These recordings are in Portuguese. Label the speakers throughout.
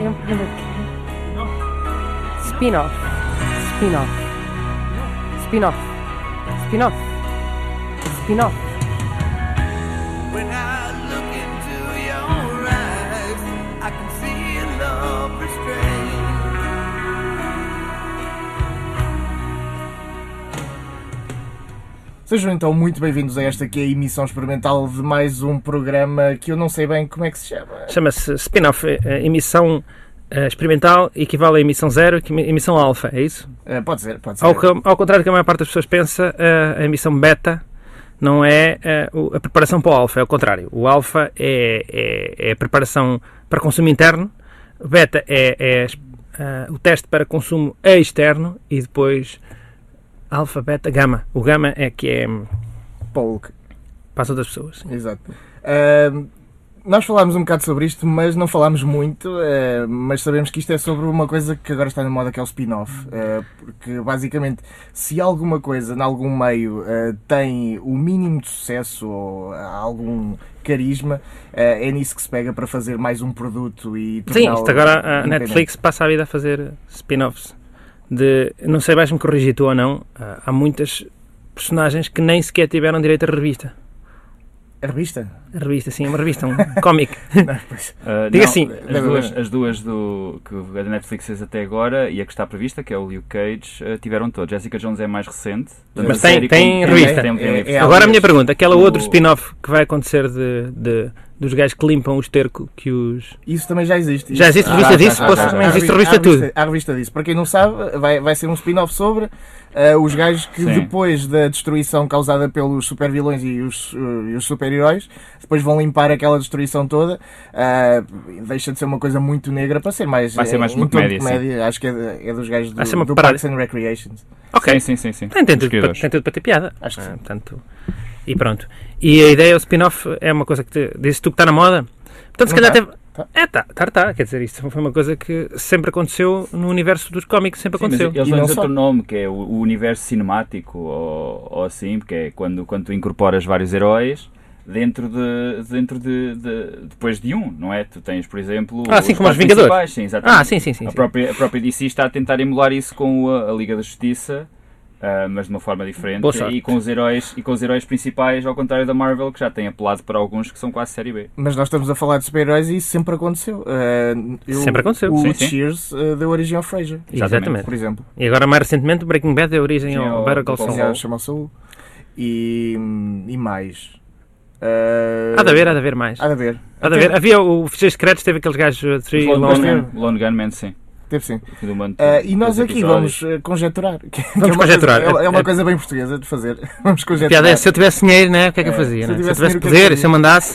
Speaker 1: Eu por aqui. Spin-off. Spin-off. Spin-off. Spin-off. Spin-off.
Speaker 2: When I look into your eyes, I can see a love restrained.
Speaker 3: Sejam então muito bem-vindos a esta que é a emissão experimental de mais um programa que eu não sei bem como é que se chama.
Speaker 4: Chama-se spin-off, eh, eh, emissão eh, experimental, equivale a emissão zero, que- emissão alfa, é isso?
Speaker 3: Eh, pode ser, pode ser.
Speaker 4: Ao, que- ao contrário do que a maior parte das pessoas pensa, eh, a emissão beta não é eh, o- a preparação para o alfa, é o contrário. O alfa é, é- é a preparação para consumo interno, o beta é, é, eh, o teste para consumo externo e depois alfa, beta, gama. O gama é que é hum,
Speaker 3: Polk.
Speaker 4: para as outras pessoas.
Speaker 3: Exato. Ahm, nós falámos um bocado sobre isto, mas não falámos muito, eh, mas sabemos que isto é sobre uma coisa que agora está na moda, que é o spin-off. eh, porque, basicamente, se alguma coisa, em algum meio, eh, tem o mínimo de sucesso ou algum carisma, eh, é nisso que se pega para fazer mais um produto e
Speaker 4: Sim,
Speaker 3: torná-lo
Speaker 4: isto agora a
Speaker 3: independente.
Speaker 4: Netflix passa a vida a fazer spin-offs de. Não sei, vais-me corrigir tu ou não. ah, Há muitas personagens que nem sequer tiveram direito à revista.
Speaker 3: A revista?
Speaker 4: A revista, sim, uma revista, um cómic.
Speaker 3: Não, pois.
Speaker 5: Ah,
Speaker 4: Diga assim.
Speaker 5: As duas, as duas do, que a Netflix fez até agora e a que está prevista, que é o Luke Cage, ah, tiveram todos. Jessica Jones é mais recente. portanto,
Speaker 4: Mas
Speaker 5: a
Speaker 4: tem-
Speaker 5: série
Speaker 4: tem
Speaker 5: com-
Speaker 4: revista.
Speaker 5: tem- tem
Speaker 3: É-
Speaker 5: revista.
Speaker 3: é algo-
Speaker 4: Agora a minha pergunta, aquele
Speaker 5: O-
Speaker 4: outro spin-off que vai acontecer de, de- dos gajos que limpam o esterco que os.
Speaker 3: Isso também já existe.
Speaker 4: Já existe
Speaker 5: Ah,
Speaker 4: revista
Speaker 5: já,
Speaker 4: disso?
Speaker 5: já,
Speaker 4: Posso-
Speaker 5: já, já.
Speaker 4: mas existe
Speaker 3: Há
Speaker 4: revista de tudo.
Speaker 3: revista- Há revista disso. Para quem não sabe, vai, vai ser um spin-off sobre ah, os gajos que,
Speaker 5: Sim.
Speaker 3: depois da destruição causada pelos supervilões e os, eh, e os super-heróis, depois vão limpar aquela destruição toda. Ah, deixa de ser uma coisa muito negra para ser mais.
Speaker 5: Vai ser mais
Speaker 3: eh,
Speaker 5: uma
Speaker 3: em tom de
Speaker 5: comédia, sim.
Speaker 3: Acho que é, de- é dos gajos do,
Speaker 4: Vai ser uma
Speaker 3: do
Speaker 4: parada.
Speaker 3: Parks and Recreations.
Speaker 4: Ok.
Speaker 5: Sim, sim, sim. sim.
Speaker 4: é- Tem, tem, tudo, para,
Speaker 5: Pesquisadores.
Speaker 4: tem tudo para ter piada.
Speaker 3: Acho que
Speaker 4: Ah,
Speaker 3: sim.
Speaker 4: portanto, e pronto. E a ideia, o spin-off, é uma coisa que te, dizes tu que está na moda. Portanto, se
Speaker 3: Não
Speaker 4: calhar
Speaker 3: tá.
Speaker 4: teve. É, tá, tá, tá. Quer dizer, isto foi uma coisa que sempre aconteceu no universo dos cómics, sempre
Speaker 5: Sim, mas
Speaker 4: aconteceu.
Speaker 5: eles
Speaker 3: E
Speaker 5: dão
Speaker 3: não só.
Speaker 5: outro nome, que é o, o universo cinemático, ou, ou assim, porque é quando, quando tu incorporas vários heróis dentro de dentro de, de- depois de um, não é? Tu tens, por exemplo,
Speaker 4: Ah, assim
Speaker 5: os
Speaker 4: como os
Speaker 5: quatro
Speaker 4: Vingadores.
Speaker 5: principais, Sim, exatamente.
Speaker 4: Ah, sim, sim, sim.
Speaker 5: a,
Speaker 4: sim.
Speaker 5: própria, a própria DC está a tentar emular isso com a, a Liga da Justiça, ah, mas de uma forma diferente
Speaker 4: Boa sorte.
Speaker 5: e com os heróis e com os heróis principais, ao contrário da Marvel que já tem apelado para alguns que são quase série B.
Speaker 3: Mas nós estamos a falar de super-heróis e isso sempre aconteceu. Ah, eu-
Speaker 4: Sempre aconteceu.
Speaker 3: O
Speaker 5: Sim, sim.
Speaker 3: Cheers eh, deu origem ao Fraser,
Speaker 4: Exatamente.
Speaker 3: por exemplo.
Speaker 4: E agora, mais recentemente, Breaking Bad deu origem
Speaker 5: Sim,
Speaker 4: ao
Speaker 5: ao
Speaker 4: Better Call
Speaker 5: Better Call
Speaker 4: Saul.
Speaker 5: Saul.
Speaker 3: Saul. Chama Saul. E, e mais. Ah,
Speaker 4: Há de haver, há de haver mais.
Speaker 3: Há de haver.
Speaker 4: Há de haver. Havia o Fecheiros Secretos, teve aqueles gajos uh, Three
Speaker 5: Os Lone,
Speaker 4: Long
Speaker 5: Gunman, Lone Gunman, sim.
Speaker 3: Teve sim.
Speaker 5: Do manto-
Speaker 3: Ah, e nós
Speaker 5: dos
Speaker 3: aqui
Speaker 5: episódios.
Speaker 3: vamos ah, conjecturar. que é
Speaker 4: Vamos
Speaker 3: uma coisa-
Speaker 4: conjecturar.
Speaker 3: é- é
Speaker 4: É-
Speaker 3: uma coisa bem portuguesa de fazer. Vamos
Speaker 4: A
Speaker 3: conjecturar.
Speaker 4: piada é, se eu tivesse dinheiro, né? O que é que eu
Speaker 5: É,
Speaker 4: fazia?
Speaker 3: se eu
Speaker 4: né? Se
Speaker 3: tivesse
Speaker 4: eu
Speaker 3: dinheiro,
Speaker 4: tivesse
Speaker 3: o que é que eu
Speaker 4: poder,
Speaker 3: fazia?
Speaker 4: se eu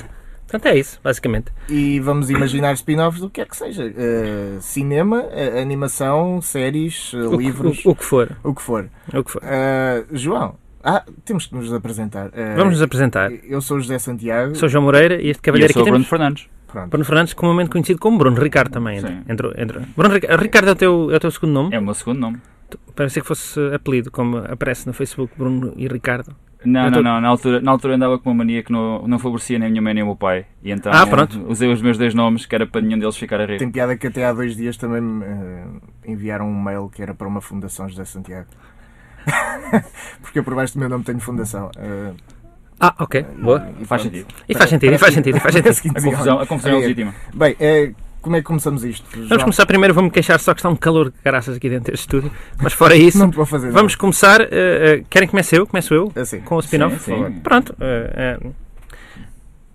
Speaker 4: mandasse. Portanto, é isso, basicamente.
Speaker 3: E vamos imaginar spin-offs do que é que seja. Ah, cinema, ah, animação, séries, ah,
Speaker 4: O que-
Speaker 3: livros,
Speaker 4: O, o que for.
Speaker 3: o que for.
Speaker 4: O que for.
Speaker 3: Ah, João, ah, temos que nos apresentar. Ah,
Speaker 4: Vamos nos apresentar.
Speaker 3: Eu sou o José Santiago.
Speaker 4: Sou João Moreira e este
Speaker 5: E eu
Speaker 4: cavalheiro
Speaker 5: sou
Speaker 4: aqui
Speaker 5: o Bruno
Speaker 4: temos
Speaker 5: Fernandes.
Speaker 3: Pronto.
Speaker 4: Bruno Fernandes, comumente conhecido como Bruno Ricardo também. Entre,
Speaker 5: Sim.
Speaker 4: entre, entre- Bruno Ricardo, Ricardo é o, teu, é o teu segundo nome?
Speaker 5: É o meu segundo nome.
Speaker 4: Parecia que fosse apelido, como aparece no Facebook, Bruno e Ricardo.
Speaker 5: Não,
Speaker 4: Eu
Speaker 5: não,
Speaker 4: tô-
Speaker 5: não. Na altura, na altura andava com uma mania que não, não favorecia nem a minha mãe nem o meu pai. E então
Speaker 4: Ah, pronto.
Speaker 5: usei os meus dois nomes, que era para nenhum deles ficar a rir.
Speaker 3: Tem piada que até há dois dias também me eh, enviaram um mail que era para uma fundação José Santiago. Porque eu por baixo do meu nome tenho fundação. Eh,
Speaker 4: Ah, ok, boa.
Speaker 3: e pronto.
Speaker 5: Faz sentido.
Speaker 4: E faz sentido, e faz sentido, e faz sentido.
Speaker 3: Parece que
Speaker 5: A
Speaker 3: diziam.
Speaker 5: confusão, a confusão é
Speaker 3: É.
Speaker 5: legítima.
Speaker 3: Bem, eh, como é que começamos isto?
Speaker 4: Vamos começar primeiro, vou-me queixar só que está um calor de caraças aqui dentro deste estúdio, mas fora isso,
Speaker 3: Não te vou fazer
Speaker 4: vamos começar. eh, eh, querem que comece eu? Começo eu?
Speaker 3: nada. Assim.
Speaker 4: Com o spin-off?
Speaker 5: Sim, sim.
Speaker 4: Pronto. eh, eh,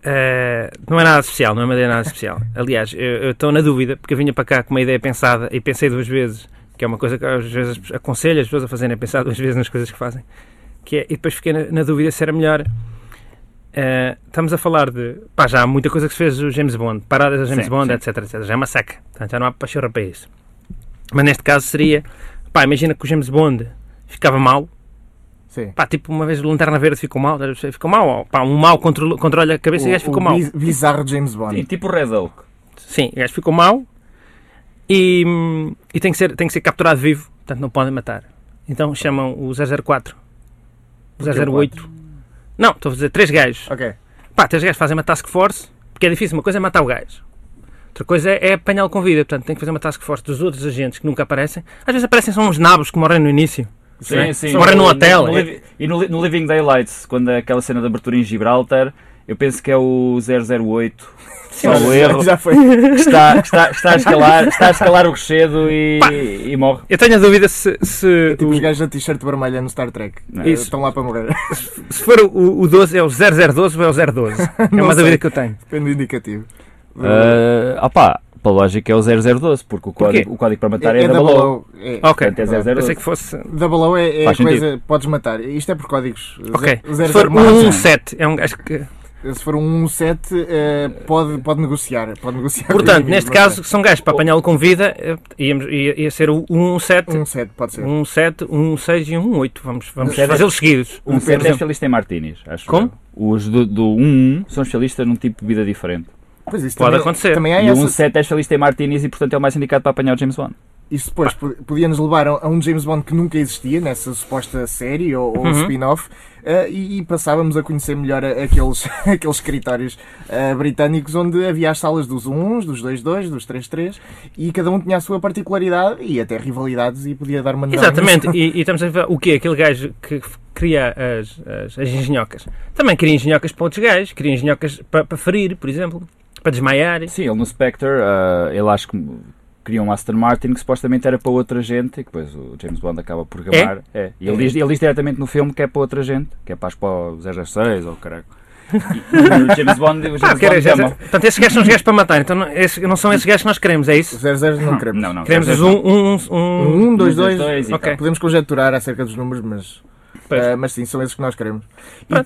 Speaker 4: eh, não é nada especial, não é uma ideia nada especial. Aliás, eu- eu estou na dúvida, porque eu vinha para cá com uma ideia pensada e pensei duas vezes, que é uma coisa que às vezes aconselho as pessoas a fazerem, é pensar duas vezes nas coisas que fazem. Que é, e depois fiquei na, na dúvida se era melhor. eh, estamos a falar de. Pá, já há muita coisa que se fez do James Bond, paradas do James
Speaker 5: Sim,
Speaker 4: Bond,
Speaker 5: sim.
Speaker 4: etc, etc. Já é uma seca. Portanto, já não há pachorra para isso. Mas neste caso seria. Pá, imagina que o James Bond ficava mal
Speaker 3: Sim.
Speaker 4: Pá, tipo, uma vez o Lanterna Verde ficou mal, ficou mal, ó. pá, um mal controle, controle a cabeça e o gajo ficou mal.
Speaker 3: bi- bizarro James Bond.
Speaker 5: E tipo Red Hulk.
Speaker 4: Sim, o gajo ficou mal e, hum, e tem, que ser, tem que ser capturado vivo, portanto não podem matar. Então chamam o 004, o
Speaker 3: Porquê o
Speaker 4: 008. Não, estou a dizer, três gajos.
Speaker 3: Ok.
Speaker 4: Pá, três gajos fazem uma task force, porque é difícil, uma coisa é matar o gajo. Outra coisa é, é apanhá-lo com vida, portanto tem que fazer uma task force dos outros agentes que nunca aparecem. Às vezes aparecem só uns nabos que morrem no início. não é? Morrem no hotel.
Speaker 5: No Liv- e no, Li- no Living Daylights, quando é aquela cena de abertura em Gibraltar, eu penso que é o 008. Salvo erro,
Speaker 3: Já foi.
Speaker 5: que está, que está, está, a, escalar, está a escalar o rochedo e, e morre.
Speaker 4: Eu tenho a dúvida se, se,
Speaker 3: Tipo
Speaker 4: o-
Speaker 3: os gajos da t-shirt vermelha no Star Trek.
Speaker 5: Não,
Speaker 3: Eh,
Speaker 4: isso.
Speaker 3: Estão lá para morrer.
Speaker 4: se for o, o 12 é o 0012 ou é o 012. É
Speaker 3: Não
Speaker 4: uma
Speaker 3: sei.
Speaker 4: dúvida que eu tenho.
Speaker 3: Depende do indicativo. É,
Speaker 5: Ah, opá, pela lógica é o 0012, porque o
Speaker 4: Porquê?
Speaker 5: código, o código para matar é,
Speaker 3: é, é
Speaker 5: da
Speaker 3: double
Speaker 5: Balou.
Speaker 3: O. É.
Speaker 4: Ok.
Speaker 5: Portanto, é 0012.
Speaker 4: Pensei que fosse.
Speaker 3: Double O é, é
Speaker 5: Faz
Speaker 3: coisa. Podes matar. Isto é por códigos.
Speaker 4: Ok.
Speaker 3: Ze-
Speaker 4: Se
Speaker 3: zero,
Speaker 4: for
Speaker 3: zero, mais.
Speaker 4: 117, é um gajo que.
Speaker 3: Se for um 17, eh, pode, pode negociar. Pode negociar com o
Speaker 4: Portanto,
Speaker 3: inimigo,
Speaker 4: neste
Speaker 3: mas
Speaker 4: caso, são gajos para apanhá-lo com vida, eh, íamos- ia, ia ser o
Speaker 3: é.
Speaker 4: 117,
Speaker 3: Um 7, pode ser.
Speaker 4: 17, 17, 18 e 18. Vamos, vamos
Speaker 5: Certo.
Speaker 4: fazê-los seguidos.
Speaker 5: Um
Speaker 4: Por
Speaker 5: certo é
Speaker 4: exemplo.
Speaker 5: especialista em martinis, acho
Speaker 4: Como?
Speaker 5: eu. Os do, do 1 são especialistas num tipo de vida diferente.
Speaker 3: Pois isso
Speaker 4: Pode
Speaker 3: também,
Speaker 4: acontecer. um
Speaker 3: Também há
Speaker 5: e o
Speaker 3: essa.
Speaker 5: 17 é especialista em martinis e, portanto, é o mais indicado para apanhar o James Bond.
Speaker 3: Isso depois po- podia nos levar a a um James Bond que nunca existia nessa suposta série ou, ou
Speaker 4: Uhum.
Speaker 3: spin-off eh, e, e passávamos a conhecer melhor a- aqueles, aqueles escritórios eh, britânicos onde havia as salas dos 1s, dos 2-2, dos 3-3 e cada um tinha a sua particularidade e até rivalidades e podia dar uma
Speaker 4: Exatamente, e, e estamos a ver o quê? Aquele gajo que f- cria as, as, as engenhocas. Também cria engenhocas para outros gajos, cria engenhocas para, para ferir, por exemplo, para desmaiar.
Speaker 5: Sim, ele no Spectre, ah, ele acho que criou um Aston Martin que supostamente era para outra gente e que depois o James Bond acaba por gamar. É? E ele diz, ele diz diretamente no filme que é para outra gente, que é para, as- para o 006 ou caralho. E, e o James Bond, o
Speaker 4: Ah,
Speaker 5: James
Speaker 4: que era-
Speaker 5: Bond gama.
Speaker 4: portanto, esses gajos são os gajos para matar, então não, esses- não são esses gajos que nós queremos, é isso?
Speaker 3: 0 não queremos.
Speaker 5: Não, não.
Speaker 4: Queremos um. os 1, 1,
Speaker 3: 1,
Speaker 4: 1,
Speaker 3: 2,
Speaker 5: Um, dois,
Speaker 3: 2.
Speaker 5: dois e
Speaker 4: Ok.
Speaker 5: tal.
Speaker 3: Podemos conjecturar acerca dos números, mas Ah, mas sim, são esses que nós queremos.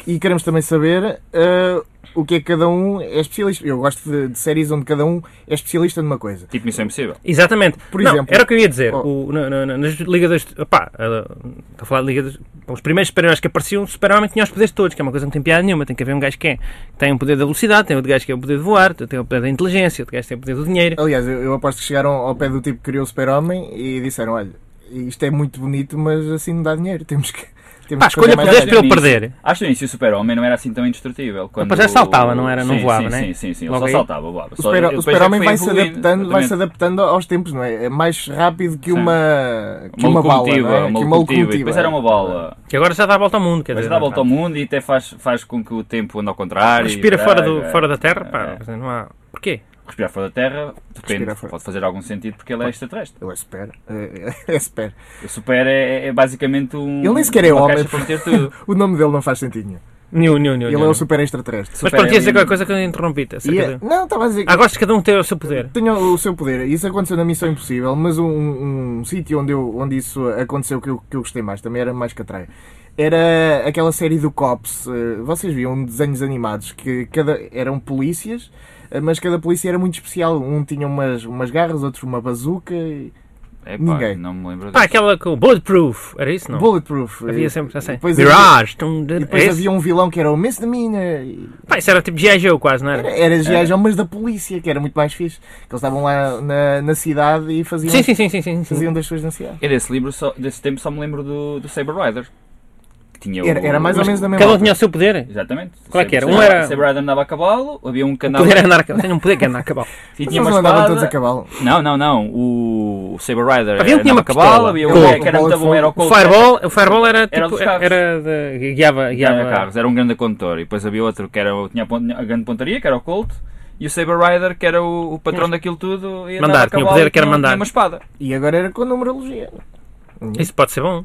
Speaker 3: E, e queremos também saber ah, o que é que cada um é especialista. Eu gosto de, de séries onde cada um é especialista numa coisa.
Speaker 5: Tipo Missão Impossível.
Speaker 4: Exatamente.
Speaker 3: Por
Speaker 4: Não,
Speaker 3: exemplo-
Speaker 4: era o que eu ia dizer.
Speaker 3: Oh.
Speaker 4: O- na- na- na- nas Liga dos. Opá, ah, estou a falar de Liga dos. Os primeiros super-heróis que apareciam, o super-homem tinha os poderes todos, que é uma coisa que não tem piada nenhuma. Tem que haver um gajo que é. que Tem o poder da velocidade, tem outro gajo que é o poder de voar, tem o poder da inteligência, outro gajo que tem o poder do dinheiro.
Speaker 3: Aliás, eu, eu aposto que chegaram ao pé do tipo que criou o Super-Homem e disseram: olha, isto é muito bonito, mas assim não dá dinheiro. Temos que. Temos
Speaker 4: Pá,
Speaker 3: que fazer
Speaker 4: escolha
Speaker 3: mais um."
Speaker 4: poderes
Speaker 3: coisas."
Speaker 4: para ele
Speaker 5: nisso.
Speaker 4: perder.
Speaker 5: Acho que no início o Super-Homem não era assim tão indestrutível. Quando...
Speaker 4: Mas já saltava, não era? Não
Speaker 5: Sim,
Speaker 4: voava,
Speaker 5: sim,
Speaker 4: né?
Speaker 5: Sim, sim, sim. Ele
Speaker 4: Logo
Speaker 5: só
Speaker 4: aí.
Speaker 5: saltava, voava.
Speaker 3: O
Speaker 5: Só-
Speaker 3: Super-
Speaker 5: depois
Speaker 3: o
Speaker 5: é que
Speaker 3: Super-Homem
Speaker 5: foi
Speaker 3: vai, se
Speaker 5: evoluindo,
Speaker 3: adaptando, vai
Speaker 5: exatamente.
Speaker 3: se adaptando aos tempos, não é? É mais rápido que
Speaker 5: Sim.
Speaker 3: uma. que
Speaker 5: Uma
Speaker 3: uma bala.
Speaker 5: locomotiva,
Speaker 3: não é?
Speaker 5: uma
Speaker 3: Que
Speaker 5: locomotiva. E depois era uma bola.
Speaker 4: Que agora já dá a volta ao mundo. Quer
Speaker 5: Mas
Speaker 4: dizer, é
Speaker 5: dá a volta ao mundo e até faz, faz com que o tempo ande ao contrário. e
Speaker 4: Respira fora,
Speaker 5: caralho,
Speaker 4: do,
Speaker 5: é.
Speaker 4: fora da terra, pá.
Speaker 5: É.
Speaker 4: quer dizer, Não há. Porquê?
Speaker 5: Respirar fora da Terra, depende,
Speaker 3: Respira fora.
Speaker 5: pode fazer algum sentido porque ele é extraterrestre.
Speaker 3: Eu espero. É, é, espero.
Speaker 5: O Super é, é basicamente um.
Speaker 3: Ele nem sequer é
Speaker 5: uma
Speaker 3: homem.
Speaker 5: caixa para meter tudo.
Speaker 3: O nome dele não faz sentido nenhum.
Speaker 4: Nenhum, nenhum, nenhum.
Speaker 3: Ele é
Speaker 4: nenhum.
Speaker 3: o super extraterrestre.
Speaker 4: Mas
Speaker 5: Super é
Speaker 4: pronto, ia dizer
Speaker 5: alien.
Speaker 4: qualquer coisa que eu interrompi. tá acerca
Speaker 3: E é-
Speaker 4: de-
Speaker 3: Não, estava a dizer.
Speaker 4: Ah, gosto de cada um ter o seu poder.
Speaker 3: tenham o seu poder. Isso aconteceu na Missão Impossível, mas um, um sítio onde, eu- onde isso aconteceu que eu, que eu gostei mais, também era mais que atrai. Era aquela série do Cops. eh, Vocês viam desenhos animados que cada eram polícias, eh, mas cada polícia era muito especial. Um tinha umas, umas garras, outro uma bazuca. e-
Speaker 5: É pá,
Speaker 3: Ninguém.
Speaker 5: não me lembro
Speaker 4: Pá,
Speaker 5: disso.
Speaker 4: aquela com. Bulletproof. Era isso? Não.
Speaker 3: Bulletproof.
Speaker 4: Havia
Speaker 3: eh,
Speaker 4: sempre assim.
Speaker 3: Depois havia,
Speaker 4: Mirage. tum,
Speaker 3: e
Speaker 4: dun,
Speaker 3: depois
Speaker 4: esse.
Speaker 3: havia um vilão que era o Misdemeanor. e-
Speaker 4: Pá, isso era tipo G.I. Joe quase, não era?
Speaker 3: Era, era G.I. Joe, mas da polícia, que era muito mais fixe. Que eles estavam lá na, na cidade e faziam,
Speaker 4: Sim, sim, sim, sim, sim. sim.
Speaker 3: faziam das suas na cidade.
Speaker 5: Eu desse livro, só, desse tempo, só me lembro do, do Saber Rider. Que tinha o-
Speaker 3: Era, era mais ou
Speaker 5: Mas-
Speaker 3: menos da mesma
Speaker 4: Cada um
Speaker 3: altura.
Speaker 4: tinha o seu poder.
Speaker 5: Exatamente.
Speaker 4: Qual é que era? Um
Speaker 5: Saber-
Speaker 4: era-
Speaker 5: Saber Rider andava a cavalo, havia um que
Speaker 4: O
Speaker 5: andava.
Speaker 4: poder é andar a cavalo. Tinha um poder que é andar a cavalo.
Speaker 5: E
Speaker 3: Mas
Speaker 5: tinha
Speaker 3: eles
Speaker 5: uma
Speaker 3: não andavam todos a
Speaker 5: espada.
Speaker 3: cavalo.
Speaker 5: Não, não, não. O, o Saber
Speaker 4: Havia um
Speaker 5: Rider
Speaker 4: que tinha
Speaker 5: andava
Speaker 4: uma
Speaker 5: a cavalo,
Speaker 4: pistola.
Speaker 5: havia
Speaker 3: Colt.
Speaker 5: um que era muito bom, era o
Speaker 4: O
Speaker 5: Colt.
Speaker 4: Fireball, o fireball era
Speaker 5: Era
Speaker 4: tipo.
Speaker 5: um dos carros.
Speaker 4: Era de, guiava.
Speaker 5: Era
Speaker 4: guiava
Speaker 5: carros, era um grande condutor. E depois havia outro que era, o- tinha a, pon- a grande pontaria, que era o Colt. E o Saber Rider, que era o, o patrão daquilo tudo. E andava
Speaker 4: Mandar,
Speaker 5: a
Speaker 4: tinha o
Speaker 5: cavalo
Speaker 4: poder
Speaker 5: e
Speaker 4: que era
Speaker 5: tinha um-
Speaker 4: mandar.
Speaker 5: tinha uma espada.
Speaker 3: E agora era com numerologia.
Speaker 4: Isso pode ser bom.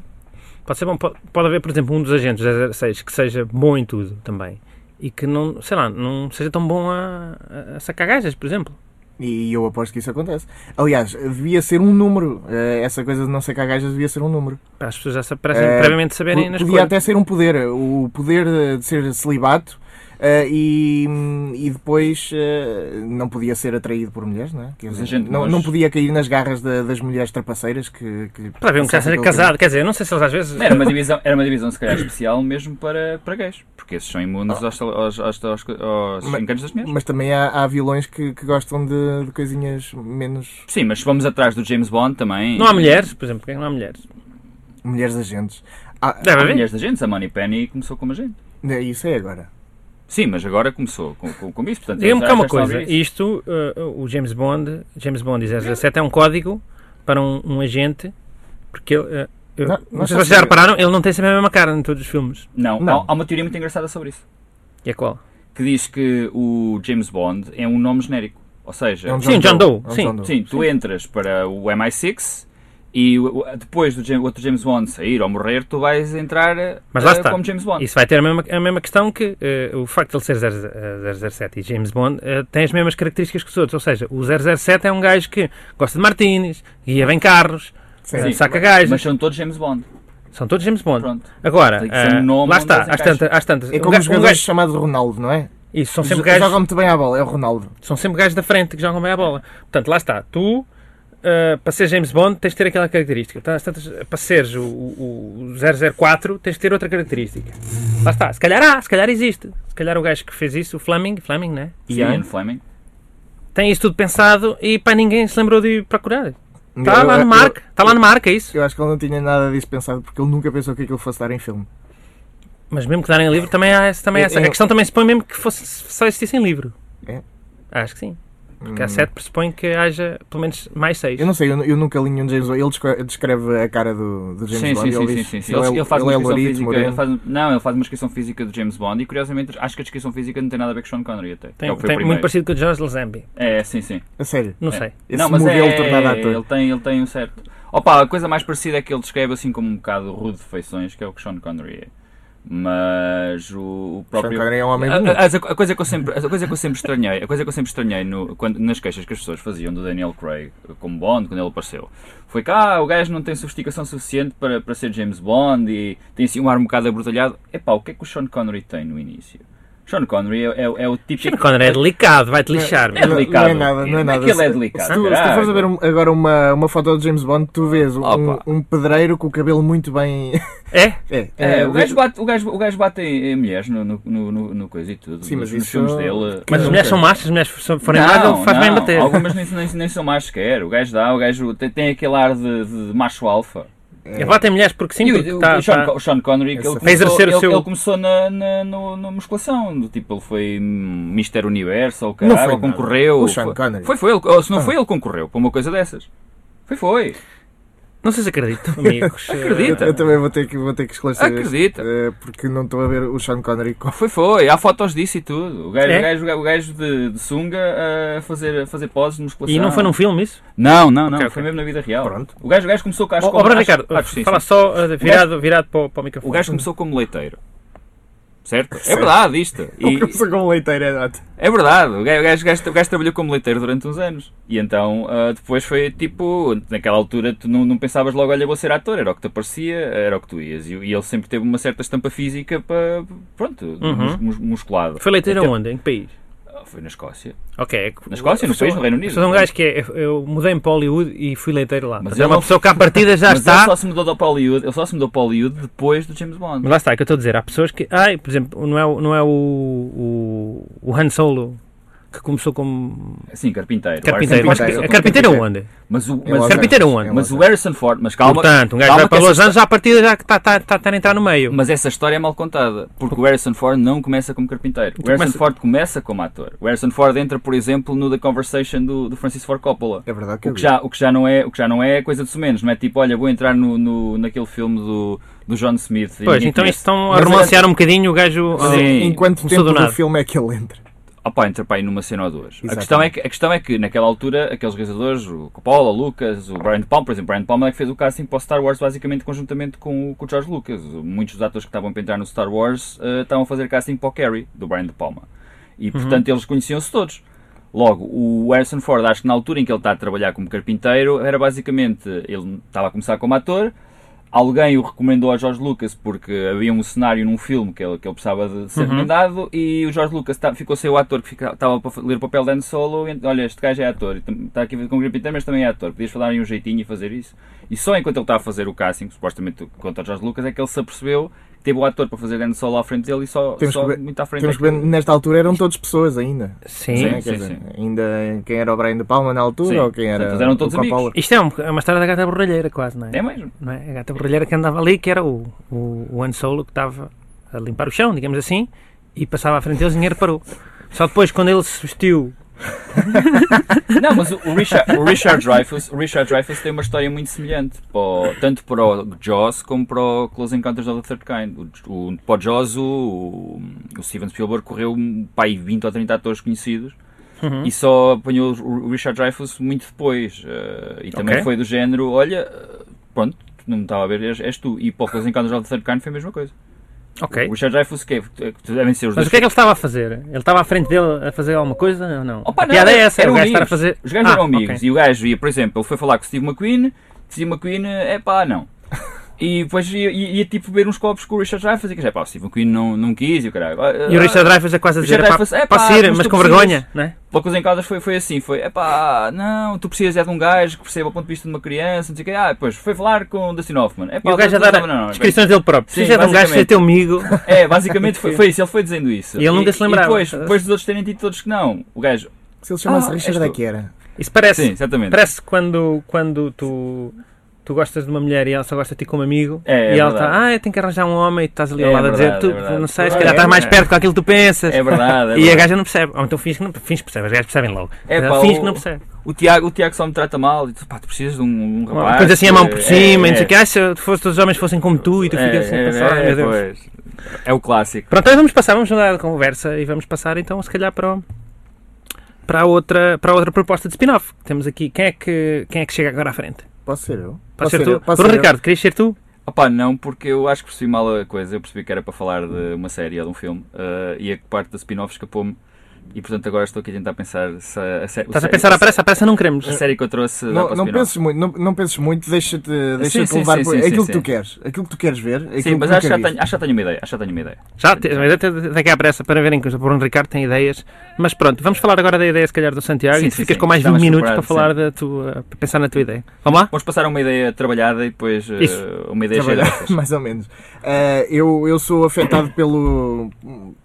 Speaker 4: Pode ser bom. Pode, pode haver, por exemplo, um dos agentes do 006 que seja bom em tudo também. E que não, sei lá, não seja tão bom a, a- a sacar gajas, por exemplo.
Speaker 3: E eu aposto que isso acontece. Aliás, devia ser um número. Eh, Essa coisa de não sacar gajas devia ser um número.
Speaker 4: Para as pessoas já sa- parecem
Speaker 3: É,
Speaker 4: previamente saberem
Speaker 3: Podia
Speaker 4: nas coisas.
Speaker 3: até ser um poder. O poder eh, de ser celibato. eh, e, e depois eh, não podia ser atraído por mulheres, não é? Quer
Speaker 5: Mas
Speaker 3: dizer,
Speaker 5: a gente-
Speaker 3: não,
Speaker 5: nós-
Speaker 3: não podia cair nas garras da- das mulheres trapaceiras que. que
Speaker 4: Para haver um
Speaker 5: é
Speaker 4: que já seja casado, quer dizer, não sei se eles às vezes.
Speaker 5: Era uma divisão, era uma divisão se calhar especial mesmo para, para gays, porque esses são imunes
Speaker 4: Ah.
Speaker 5: aos, aos, aos, aos, aos
Speaker 3: Mas-
Speaker 5: encantos das mulheres.
Speaker 3: Mas também há, há vilões que, que gostam de, de coisinhas menos.
Speaker 5: Sim, mas se vamos atrás do James Bond também.
Speaker 4: Não há mulheres, por exemplo, porque não há mulheres?
Speaker 3: mulheres agentes. Ah,
Speaker 4: Deve
Speaker 5: Há
Speaker 4: haver.
Speaker 5: mulheres da gente, a Money Penny começou como a gente.
Speaker 3: isso é agora.
Speaker 5: Sim, mas agora começou com, com, com isso. Portanto,
Speaker 4: Diga-me
Speaker 5: já-
Speaker 4: cá uma
Speaker 5: já estava
Speaker 4: coisa,
Speaker 5: isso.
Speaker 4: isto, eh, o James Bond, James Bond 007 é um código para um, um agente, porque ele, eh, eu-
Speaker 3: Não,
Speaker 4: não,
Speaker 3: não
Speaker 4: sei
Speaker 3: só
Speaker 4: se vocês já
Speaker 3: sei.
Speaker 4: repararam, ele não tem sempre a mesma cara em todos os filmes.
Speaker 5: Não,
Speaker 3: Não.
Speaker 5: Há, há uma teoria muito engraçada sobre isso.
Speaker 4: E é qual?
Speaker 5: Que diz que o James Bond é um nome genérico. Ou seja,
Speaker 3: É um
Speaker 4: Sim, John Doe,
Speaker 3: É um
Speaker 4: sim.
Speaker 3: John Doe.
Speaker 5: Sim, tu entras para o MI6 e o- o- depois do James, outro James Bond sair ou morrer, tu vais entrar eh,
Speaker 4: Mas lá
Speaker 5: eh,
Speaker 4: está.
Speaker 5: como James Bond.
Speaker 4: Isso vai ter a mesma, a mesma questão que eh, o facto de ele ser 00, eh, 007 e James Bond eh, tem as mesmas características que os outros. Ou seja, o 007 é um gajo que gosta de martinis, guia bem carros,
Speaker 3: Sim.
Speaker 4: eh,
Speaker 5: Sim.
Speaker 4: saca gajos.
Speaker 5: Mas são todos James Bond.
Speaker 4: São todos James Bond.
Speaker 5: Pronto.
Speaker 4: Agora,
Speaker 5: Tem que ser um
Speaker 4: eh,
Speaker 5: nome
Speaker 4: lá
Speaker 5: onde
Speaker 4: está,
Speaker 5: eles
Speaker 4: às
Speaker 5: encaixam.
Speaker 4: tantas, às tantas.
Speaker 3: É
Speaker 4: um
Speaker 3: como
Speaker 4: ga-
Speaker 3: os
Speaker 4: um
Speaker 3: jogadores
Speaker 4: gajo-
Speaker 3: chamado Ronaldo, não é?
Speaker 4: isso, são sempre um
Speaker 3: Jo-
Speaker 4: gajos.
Speaker 3: Joga muito bem à bola, é o Ronaldo.
Speaker 4: São sempre gajos da frente que jogam bem a bola. Portanto, lá está. Tu, eh, para ser James Bond, tens de ter aquela característica. Portanto, às tantas, para seres o, o, o 004, tens de ter outra característica. Lá está. Se calhar há, se calhar existe. Se calhar o gajo que fez isso, o Fleming, Fleming, né?
Speaker 5: Ian Fleming.
Speaker 4: Tem isso tudo pensado e para ninguém se lembrou de ir procurar. Está
Speaker 3: Eu-
Speaker 4: lá no
Speaker 3: eu-
Speaker 4: Tá, marca. Está lá no marca, é isso.
Speaker 3: Eu acho que ele não tinha nada disso pensado porque ele nunca pensou que aquilo fosse dar em filme.
Speaker 4: Mas mesmo que darem livro, também há essa. Também há essa.
Speaker 3: Eu-
Speaker 4: A questão também é se põe mesmo que fosse, só existisse em livro.
Speaker 3: É?
Speaker 4: Acho que sim. Porque
Speaker 3: Hum.
Speaker 4: a 7 pressupõe que haja pelo menos mais 6.
Speaker 3: Eu não sei, eu, nu- eu nunca li nenhum James Bond. Ele descre- descreve a cara do, do James
Speaker 5: Sim,
Speaker 3: Bond.
Speaker 5: sim, sim,
Speaker 3: ele
Speaker 5: sim,
Speaker 3: diz-
Speaker 5: sim, sim.
Speaker 3: Ele,
Speaker 5: Ele, ele faz
Speaker 3: ele
Speaker 5: uma
Speaker 3: é
Speaker 5: descrição
Speaker 3: lorito,
Speaker 5: física.
Speaker 3: moreno.
Speaker 5: ele faz- não, ele faz uma descrição física do James Bond e curiosamente acho que a descrição física não tem nada a ver com Sean Connery até. que é
Speaker 4: Tem,
Speaker 5: o que foi
Speaker 4: tem muito
Speaker 5: o primeiro.
Speaker 4: parecido com o George Lazenby.
Speaker 5: É, sim, sim.
Speaker 3: A sério.
Speaker 4: Não
Speaker 5: É.
Speaker 4: sei.
Speaker 3: Esse
Speaker 5: não, mas
Speaker 3: modelo
Speaker 5: é,
Speaker 3: tornado ator.
Speaker 5: ele tem, ele tem um certo. Opa, a coisa mais parecida é que ele descreve assim como um bocado rude de feições, que é o que Sean Connery é. Mas o, o
Speaker 3: Sean
Speaker 5: próprio. Ah,
Speaker 3: Connery é um homem
Speaker 5: A-
Speaker 3: bonito.
Speaker 5: a- a, a coisa que eu sempre, a coisa que eu sempre estranhei, a coisa que eu sempre estranhei no- quando- nas queixas que as pessoas faziam do Daniel Craig como Bond quando ele apareceu, foi que ah, o gajo não tem sofisticação suficiente para, para ser James Bond e tem assim um ar um bocado abrutalhado. Epá, o que é que o Sean Connery tem no início? Sean Connery é, é, é o típico.
Speaker 4: Sean Connery é delicado, vai-te lixar.
Speaker 5: É
Speaker 4: meu.
Speaker 5: delicado.
Speaker 3: Não é nada, não é nada.
Speaker 5: Aquilo é
Speaker 3: Se-
Speaker 5: delicado,
Speaker 3: Se tu, se tu
Speaker 5: caralho.
Speaker 3: fores a ver um- agora uma, uma foto do James Bond, tu vês um,
Speaker 5: Opa.
Speaker 3: um pedreiro com o cabelo muito bem.
Speaker 4: É?
Speaker 3: é,
Speaker 5: É,
Speaker 3: é,
Speaker 5: o, gajo bate, o, gajo, o gajo bate em, em mulheres no, no, no- no- no coisa e tudo.
Speaker 3: Sim,
Speaker 5: nos,
Speaker 3: mas
Speaker 5: nos
Speaker 3: isso-
Speaker 5: filmes dele.
Speaker 4: Mas as
Speaker 3: Não,
Speaker 4: mulheres são
Speaker 3: cara.
Speaker 4: más, se as mulheres for- forem más, ele faz bem bater.
Speaker 5: Algumas nem, nem, nem são mais sequer. O gajo dá, o gajo tem, tem aquele ar de, de macho alfa.
Speaker 4: Ele bate em mulheres porque sim,
Speaker 5: E o-
Speaker 4: porque
Speaker 5: o,
Speaker 4: tá-
Speaker 5: o Sean,
Speaker 4: tá-
Speaker 5: Co- o Sean Connery, ele
Speaker 3: Essa-
Speaker 5: começou,
Speaker 4: exercer o
Speaker 5: ele-
Speaker 4: seu-
Speaker 5: ele começou na, na, no- na musculação, do tipo, ele foi hum, Mister Universo ou
Speaker 3: Não
Speaker 5: caralho,
Speaker 3: foi
Speaker 5: ou
Speaker 3: nada.
Speaker 5: concorreu.
Speaker 3: O Sean
Speaker 5: Foi-
Speaker 3: Connery. Ah.
Speaker 5: Foi, foi ele, ou se não foi ele que concorreu para uma coisa dessas. Foi, foi.
Speaker 4: Não sei se acredito, amigos. Eh,
Speaker 5: Acredito.
Speaker 3: eu também vou ter que, vou ter que esclarecer. isto,
Speaker 5: Acredita.
Speaker 3: eh, porque não estou a ver o Sean Connery com.
Speaker 5: Foi, foi, há fotos disso e tudo. O gajo,
Speaker 4: É?
Speaker 5: o gajo, o gajo de, de sunga a fazer, a fazer poses de musculação.
Speaker 4: E não foi num filme isso?
Speaker 5: Não, não, não.
Speaker 4: Ok, ok.
Speaker 5: foi mesmo na vida real.
Speaker 3: Pronto.
Speaker 5: O gajo, o gajo começou com acho
Speaker 4: Ó,
Speaker 5: que-
Speaker 4: ó, Bruno
Speaker 5: acho-
Speaker 4: Ricardo,
Speaker 5: acho que sim,
Speaker 4: fala
Speaker 5: sim.
Speaker 4: só uh, virado, virado para, o- para o microfone.
Speaker 5: O gajo começou como leiteiro. Certo? É verdade isto. E-
Speaker 3: Começou com leiteiro, é ótimo.
Speaker 5: é verdade. O gajo, o gajo- o gajo- o gajo trabalhou como leiteiro durante uns anos. E então ah, depois foi tipo. Naquela altura tu não, não pensavas logo, olha, vou ser ator. Era o que te aparecia, era o que tu ias. E, e ele sempre teve uma certa estampa física para. Pronto, mus- mus- musculado.
Speaker 4: Uhum. Foi leiteiro
Speaker 5: Até-
Speaker 4: aonde? Em que país?
Speaker 5: Ah, Foi na Escócia.
Speaker 4: Ok. é que-
Speaker 5: Então- Na Escócia, no
Speaker 4: eu sou-
Speaker 5: país, no Reino Unido.
Speaker 4: Eu sou um gajo que é. Eu mudei-me para Hollywood e fui leiteiro lá.
Speaker 5: Mas
Speaker 4: Mas
Speaker 5: ele
Speaker 4: é uma
Speaker 5: não-
Speaker 4: pessoa que à partida já
Speaker 5: Mas ele
Speaker 4: está.
Speaker 5: só se mudou para Hollywood, ele só se mudou para Hollywood depois do James Bond.
Speaker 4: Mas lá está, é que eu estou a dizer, há pessoas que. Ai, por exemplo, não é, o- não é o, o, o Han Solo que começou como
Speaker 5: Sim, carpinteiro.
Speaker 4: carpinteiro. Mas,
Speaker 3: Carpinteiro.
Speaker 4: é carpinteiro onde?
Speaker 5: Mas É o,
Speaker 3: Los
Speaker 5: mas,
Speaker 3: Angeles.
Speaker 4: Carpinteiro onde?
Speaker 3: Em
Speaker 5: mas
Speaker 3: Los
Speaker 5: o Harrison Ford, mas calma.
Speaker 4: Portanto, um gajo
Speaker 5: calma
Speaker 4: vai para
Speaker 5: que
Speaker 4: Los
Speaker 5: essa-
Speaker 4: Andes já à partida já está tá, tá, tá a entrar no meio.
Speaker 5: Mas essa história é mal contada, porque o Harrison Ford não começa como carpinteiro. O Harrison
Speaker 4: Começa-
Speaker 5: Ford começa como ator. O Harrison Ford entra, por exemplo, no The Conversation do, do Francis Ford Coppola.
Speaker 3: É verdade que
Speaker 5: O
Speaker 3: eu
Speaker 5: que,
Speaker 3: vi.
Speaker 5: já, o, que já não é, o que já não é coisa de sumenos, não é tipo, olha, vou entrar no, no- naquele filme do, do John Smith. e
Speaker 4: Pois,
Speaker 5: ninguém
Speaker 4: então
Speaker 5: conhece.
Speaker 4: isto estão a
Speaker 3: Mas
Speaker 4: romancear um bocadinho o gajo. ah,
Speaker 5: Sim.
Speaker 3: Em quanto
Speaker 4: Começou
Speaker 3: tempo
Speaker 4: do
Speaker 3: do,
Speaker 4: nada.
Speaker 3: filme é que ele entra?
Speaker 5: Opa, entra para aí numa cena ou duas. A
Speaker 3: Exatamente.
Speaker 5: questão, é que, a questão é que naquela altura aqueles realizadores, o Coppola, o Lucas, o Brian De Palma, por exemplo, Brian De Palma é que fez o casting para o Star Wars basicamente conjuntamente com o, com o George Lucas. Muitos dos atores que estavam para entrar no Star Wars eh, estavam a fazer casting para o Carrie, do Brian De Palma. E portanto eles conheciam-se todos. Logo, o Harrison Ford, acho que na altura em que ele está a trabalhar como carpinteiro, era basicamente, ele estava a começar como ator, alguém o recomendou ao George Lucas porque havia um cenário num filme que ele, que ele precisava de ser remendado e o George Lucas tá- ficou sem o ator que fica- estava para fa- ler o papel de Han Solo e, olha, este gajo é ator, e tam- está aqui com o Grippinter, mas também é ator, podias falar em um jeitinho e fazer isso. E só enquanto ele estava a fazer o casting, supostamente contra o George Lucas, é que ele se apercebeu que teve o ator para fazer Han Solo à frente dele e só,
Speaker 3: Temos
Speaker 5: só
Speaker 3: que ver-
Speaker 5: muito à frente é
Speaker 3: Temos que ver,
Speaker 5: daquilo.
Speaker 3: nesta altura eram todos pessoas ainda. é?
Speaker 4: ah, Sim.
Speaker 5: Sim.
Speaker 3: Quer dizer, Ainda quem era o Brian de Palma na altura
Speaker 5: Sim.
Speaker 3: ou quem era.
Speaker 5: Portanto, eram todos
Speaker 3: o Coppola?
Speaker 4: Isto é, um- é uma história da gata borralheira, quase, não é?
Speaker 5: É mesmo.
Speaker 4: Não é? A gata borralheira que andava ali, que era o, o, o Han Solo que estava a limpar o chão, digamos assim, e passava à frente deles e ninguém reparou. Só depois, quando ele se vestiu.
Speaker 5: Não, mas o o Richard, o Richard Dreyfuss, o Richard Dreyfuss tem uma história muito semelhante, para o- tanto para o Jaws como para o Close Encounters of the Third Kind. O, o, para o Jaws, o, o Steven Spielberg correu um, pá, aí 20 ou 30 atores conhecidos
Speaker 4: Uhum.
Speaker 5: e só apanhou o Richard Dreyfuss muito depois. eh, e também
Speaker 4: Ok.
Speaker 5: foi do género: olha, eh, pronto, não me estava a ver, és, és tu. E para o Close Encounters of the Third Kind foi a mesma coisa.
Speaker 4: Ok.
Speaker 5: O Richard Dreyfuss, que é, que devem ser os
Speaker 4: Mas
Speaker 5: dois
Speaker 4: o que é que ele estava a fazer? Ele estava à frente dele a fazer alguma coisa ou não?
Speaker 5: Opa,
Speaker 4: a
Speaker 5: não,
Speaker 4: piada é
Speaker 5: era-
Speaker 4: essa, era o
Speaker 5: eram
Speaker 4: gajo estar a
Speaker 5: amigos.
Speaker 4: fazer.
Speaker 5: Os gajos
Speaker 4: Ah,
Speaker 5: eram amigos
Speaker 4: ok.
Speaker 5: e o gajo ia, por exemplo, ele foi falar com o Steve McQueen, Steve McQueen, é pá, não. E depois ia, ia- ia, tipo beber uns copos com o Richard Dreyfuss e que pá, o Steve McQueen não, não quis e o caralho. Ah,
Speaker 4: E o
Speaker 5: ah,
Speaker 4: Richard Dreyfuss é quase a
Speaker 5: O
Speaker 4: dizer,
Speaker 5: Richard
Speaker 4: "Epá,
Speaker 5: Dreyfuss, "Epá,
Speaker 4: posso ir,
Speaker 5: mas
Speaker 4: mas
Speaker 5: tu
Speaker 4: com
Speaker 5: precisas."
Speaker 4: vergonha, não é?
Speaker 5: Poucas em Caldas foi, foi assim, foi, é pá, não, tu precisas é de um gajo que perceba o ponto de vista de uma criança, não sei o quê. Ah, depois foi falar com o Dustin Hoffman. É
Speaker 4: E
Speaker 5: pá,
Speaker 4: o gajo a
Speaker 5: não,
Speaker 4: dar
Speaker 5: não, não, não,
Speaker 4: descrições dele próprio.
Speaker 5: Sim,
Speaker 4: Precisa de um gajo ser
Speaker 5: basicamente.
Speaker 4: teu amigo.
Speaker 5: É, basicamente foi, foi isso, ele foi dizendo isso.
Speaker 4: E ele nunca se lembrava.
Speaker 5: E depois, depois dos outros terem dito todos que não, o gajo.
Speaker 3: Se ele chamasse
Speaker 5: Ah,
Speaker 3: Richard,
Speaker 5: és
Speaker 3: é
Speaker 5: tu.
Speaker 3: que era.
Speaker 4: Isso parece,
Speaker 5: Sim, exatamente.
Speaker 4: parece quando, quando tu, tu gostas de uma mulher e ela só gosta de ti como amigo.
Speaker 5: É, é
Speaker 4: e ela
Speaker 5: verdade.
Speaker 4: está, ah, eu tenho que arranjar um homem e tu estás ali ao
Speaker 5: É
Speaker 4: lado a dizer,
Speaker 5: verdade,
Speaker 4: tu
Speaker 5: é verdade.
Speaker 4: não sei, se
Speaker 3: É,
Speaker 4: calhar estás
Speaker 5: é,
Speaker 4: mais
Speaker 5: é.
Speaker 4: perto com aquilo que tu pensas.
Speaker 5: É verdade. É
Speaker 4: "Ah, E a
Speaker 5: verdade.
Speaker 4: gaja não percebe. Ou então finge que não finge que percebe, as gajas percebem logo.
Speaker 5: É,
Speaker 4: Mas
Speaker 5: pá,
Speaker 4: ela finge
Speaker 5: o-
Speaker 4: que não percebe.
Speaker 5: O Tiago, o Tiago só me trata mal e tu, pá, tu precisas de um, um rapaz.
Speaker 4: Depois assim a mão
Speaker 5: é,
Speaker 4: por cima,
Speaker 5: é,
Speaker 4: e não sei o que, ah, se eu fosse, todos os homens fossem como tu e tu ficas assim a pensar, "Ai, meu Deus.
Speaker 5: pois. É o clássico.
Speaker 4: Pronto, então vamos passar, vamos mudar de conversa e vamos passar então, se calhar, para, o- para, a outra, para a outra proposta de spin-off. que Temos aqui, quem é, que, quem é que chega agora à frente?
Speaker 3: Posso ser eu? Posso
Speaker 4: Pode ser
Speaker 3: eu?
Speaker 4: tu?
Speaker 3: Posso
Speaker 4: Bruno
Speaker 3: ser eu?
Speaker 4: Ricardo, querias ser tu?
Speaker 5: Opá, não, porque eu acho que percebi mal a coisa. Eu percebi que era para falar de uma série ou de um filme ah, e a parte da spin-off escapou-me. E portanto agora estou aqui a tentar pensar se a, a série.
Speaker 4: Estás a
Speaker 5: série-
Speaker 4: pensar à pressa, à pressa não queremos.
Speaker 5: A série que eu trouxe. dá para
Speaker 3: Não,
Speaker 5: o
Speaker 3: não
Speaker 5: spin-off.
Speaker 3: penses muito, não, não penses muito, deixa-te deixa
Speaker 5: sim,
Speaker 3: levar
Speaker 5: sim,
Speaker 3: por
Speaker 5: sim,
Speaker 3: aquilo
Speaker 5: sim,
Speaker 3: que tu
Speaker 5: sim.
Speaker 3: queres, aquilo que tu queres ver, aquilo é
Speaker 5: Sim, mas
Speaker 3: que
Speaker 5: acho que,
Speaker 3: tu
Speaker 5: já tenho, acho que já tenho uma ideia. Acho que já tenho uma ideia.
Speaker 4: Já, te- mas até- até daqui à pressa para verem que o Bruno Ricardo tem ideias. Mas pronto, vamos falar agora da ideia, se calhar, do Santiago
Speaker 5: Sim,
Speaker 4: e tu
Speaker 5: sim,
Speaker 4: ficas
Speaker 5: sim.
Speaker 4: com mais
Speaker 5: Está
Speaker 4: 20
Speaker 5: mais
Speaker 4: minutos para falar
Speaker 5: preparado,
Speaker 4: da tua, para pensar na tua ideia. Vamos lá?
Speaker 5: Vamos passar a uma ideia trabalhada e depois ah,
Speaker 4: Isso.
Speaker 5: uma ideia cheia de
Speaker 3: Trabalhar,
Speaker 5: voltas.
Speaker 3: mais ou menos. Ah, eu, eu sou afetado pelo,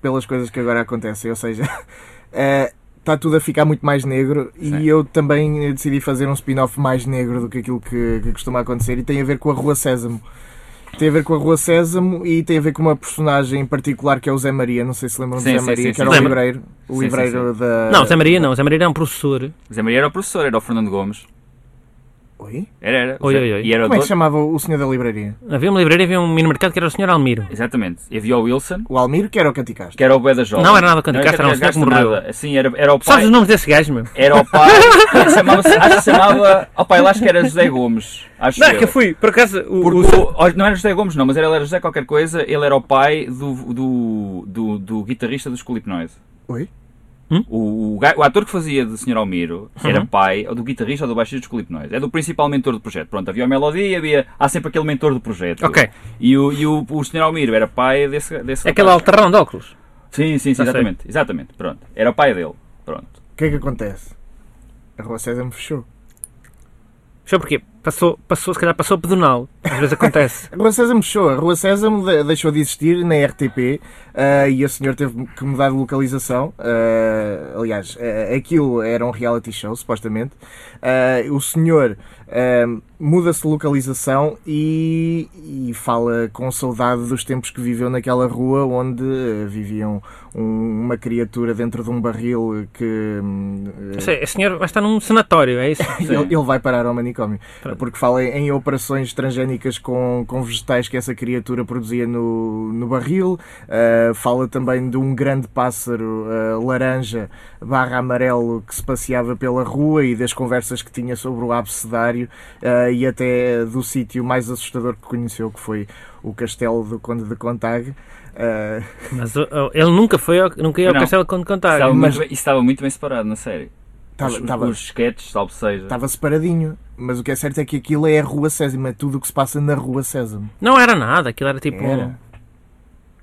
Speaker 3: pelas coisas que agora acontecem, ou seja, ah, está tudo a ficar muito mais negro
Speaker 5: Sim.
Speaker 3: e eu também eh, decidi fazer um spin-off mais negro do que aquilo que, que costuma acontecer e tem a ver com a Rua Sésamo. Tem a ver com a Rua Sésamo e tem a ver com uma personagem em particular que é o Zé Maria. Não sei se lembram
Speaker 5: Sim,
Speaker 3: do Zé
Speaker 5: sim,
Speaker 3: Maria,
Speaker 5: sim,
Speaker 3: que era
Speaker 4: sim.
Speaker 3: o livreiro. O
Speaker 5: Sim,
Speaker 3: livreiro da.
Speaker 4: Não, Zé Maria não. Zé Maria é um professor.
Speaker 5: O Zé Maria era o professor, era o Fernando Gomes.
Speaker 3: Oi?
Speaker 5: Era, era. O
Speaker 4: Oi,
Speaker 5: Zé-
Speaker 4: oi, oi.
Speaker 5: E era o
Speaker 3: Como é que se
Speaker 5: dono-
Speaker 3: chamava o senhor da livraria?
Speaker 4: Havia uma livraria, havia um mini mercado que era o Sr. Almiro.
Speaker 5: Exatamente. E havia o Wilson.
Speaker 3: O Almiro, que era o Canticaste.
Speaker 5: que era o Bué da Jovem.
Speaker 4: Não era nada quando Castro, era um senhor que morreu.
Speaker 5: nada. Assim, era, era o
Speaker 4: Sabes
Speaker 5: pai.
Speaker 4: os nomes desse gajo, meu?
Speaker 5: Era o pai. chamava acho que se chamava. Ó pai, lá acho que era José Gomes. Acho
Speaker 4: Não, é
Speaker 5: eu.
Speaker 4: que eu fui, por acaso, o,
Speaker 5: Porque
Speaker 4: o-
Speaker 5: o- ó, não era José Gomes, não, mas ele era José qualquer coisa. Ele era o pai do, do, do, do guitarrista dos Culip Noise.
Speaker 3: Oi?
Speaker 4: Hum?
Speaker 5: O, o, ga- o ator que fazia de Sr. Almiro era
Speaker 4: Uhum.
Speaker 5: pai ou do guitarrista ou do baixista dos Culip Noise. É do principal mentor do projeto. Pronto, havia a melodia, havia, há sempre aquele mentor do projeto.
Speaker 4: Ok.
Speaker 5: E o, e o, o Sr. Almiro era pai desse. desse
Speaker 4: É Aquele
Speaker 5: rapaz.
Speaker 4: alterrão de óculos.
Speaker 5: Sim, sim, sim,
Speaker 3: Tá
Speaker 4: Já sei.
Speaker 5: exatamente. Exatamente, pronto. Era o pai dele. Pronto.
Speaker 3: O que é que acontece? A Rua Sésamo fechou.
Speaker 4: Sabe porquê? Passou, passou, se calhar passou pedonal. Às vezes acontece.
Speaker 3: A Rua Sésamo fechou. A Rua Sésamo de- deixou de existir na RTP ah, e a senhora teve que mudar de localização. Ah, aliás, ah, aquilo era um reality show, supostamente. Ah, o senhor ah, muda-se de localização e, e fala com saudade dos tempos que viveu naquela rua onde ah, viviam um- uma criatura dentro de um barril que... hum,
Speaker 4: Não sei, o senhor vai estar num sanatório, é isso?
Speaker 5: Sim.
Speaker 3: Ele, ele vai parar ao manicômio.
Speaker 4: Pronto.
Speaker 3: Porque fala em operações transgénicas com, com vegetais que essa criatura produzia no, no barril. Uh, fala também de um grande pássaro uh, laranja barra amarelo que se passeava pela rua e das conversas que tinha sobre o abecedário uh, e até do sítio mais assustador que conheceu, que foi o castelo do Conde de Contague. Uh,
Speaker 4: Mas ó, ó, ele nunca foi ao, nunca ia ao
Speaker 5: Não.
Speaker 4: castelo quando
Speaker 5: Estava
Speaker 3: mas- Tá
Speaker 4: contar.
Speaker 5: muito bem- isso estava muito bem separado, na série.
Speaker 3: tava-
Speaker 5: os,
Speaker 3: tava-
Speaker 5: os sketches, salvo seja.
Speaker 3: Estava separadinho, mas o que é certo é que aquilo é a Rua Sésamo, é tudo o que se passa na Rua Sésamo.
Speaker 4: Não era nada, aquilo era tipo.
Speaker 3: Era.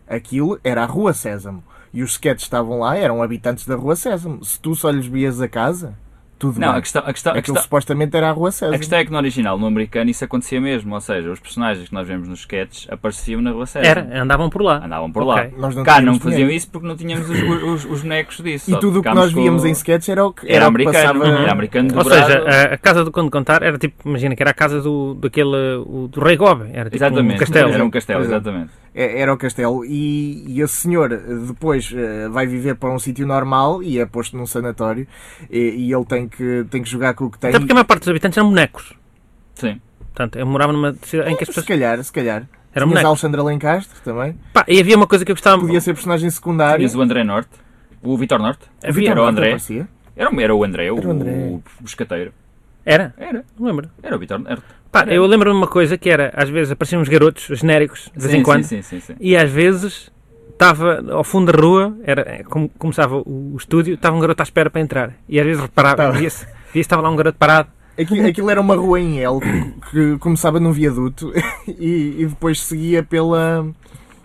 Speaker 3: Aquilo era a Rua Sésamo. E os sketches estavam lá, eram habitantes da Rua Sésamo. Se tu só lhes vias a casa, tudo
Speaker 5: Não,
Speaker 3: bem. É
Speaker 5: a questão, a, questão, a,
Speaker 3: Aquilo
Speaker 5: questão,
Speaker 3: supostamente era a Rua Sésamo.
Speaker 5: a questão é que no original, no americano, isso acontecia mesmo. Ou seja, os personagens que nós vemos nos sketches apareciam na rua César.
Speaker 4: Era, andavam por lá.
Speaker 5: Andavam por
Speaker 4: Ok.
Speaker 5: lá.
Speaker 3: Nós não
Speaker 5: é Cá
Speaker 3: tínhamos
Speaker 5: não faziam
Speaker 3: dinheiro.
Speaker 5: isso porque não tínhamos os, os- os bonecos disso.
Speaker 3: E
Speaker 5: Só
Speaker 3: tudo o que nós
Speaker 5: ficámos
Speaker 3: víamos
Speaker 5: com-
Speaker 3: em sketches era o que,
Speaker 5: Era
Speaker 3: era o que
Speaker 5: americano, é?
Speaker 3: passava.
Speaker 5: era americano
Speaker 4: Ou
Speaker 5: dobrado.
Speaker 4: seja, tipo a, a casa do quando contar era tipo, imagina que era a casa do, daquele, o, do Rei Gobe. Era tipo um
Speaker 5: Exatamente,
Speaker 4: castelo.
Speaker 5: era um castelo,
Speaker 3: Por exemplo.
Speaker 5: exatamente.
Speaker 3: é- era o castelo. E, e esse senhor eh, depois eh, vai viver para um sítio normal e é posto num sanatório e, e ele tem que, tem que jogar com o que tem.
Speaker 4: Até
Speaker 5: é
Speaker 4: porque a maior parte dos habitantes eram bonecos.
Speaker 5: Sim.
Speaker 4: Portanto, eu morava numa cidade em que as
Speaker 3: Se
Speaker 4: pessoas
Speaker 3: calhar, se calhar.
Speaker 5: um
Speaker 4: eram
Speaker 3: Tinhas
Speaker 4: bonecos.
Speaker 3: Alexandra Lencastre também.
Speaker 4: Pá, e havia uma coisa que eu gostava.
Speaker 3: Podia ser personagem secundário.
Speaker 5: Tinhas o André Norte, o Vitor Norte.
Speaker 4: Havia- um
Speaker 5: era o
Speaker 3: Norte
Speaker 5: André.
Speaker 3: aparecia.
Speaker 5: Era, o- era o André, o,
Speaker 3: Era o André.
Speaker 5: o pescateiro.
Speaker 4: Era?
Speaker 5: Era,
Speaker 4: Não lembro.
Speaker 5: era o Vitor Norte.
Speaker 4: Pá,
Speaker 5: Era.
Speaker 4: eu lembro-me de uma coisa que era, às vezes apareciam uns garotos genéricos, de vez
Speaker 5: Sim,
Speaker 4: em quando,
Speaker 5: Sim, sim, sim. sim.
Speaker 4: e às vezes estava ao fundo da rua, era, é, como começava o, o estúdio, estava um garoto à espera para entrar. E às vezes reparava,
Speaker 3: Tá.
Speaker 4: via-se, via-se estava lá um garoto parado.
Speaker 3: Aquilo, aquilo era uma rua em L que começava num viaduto e, e depois seguia pela,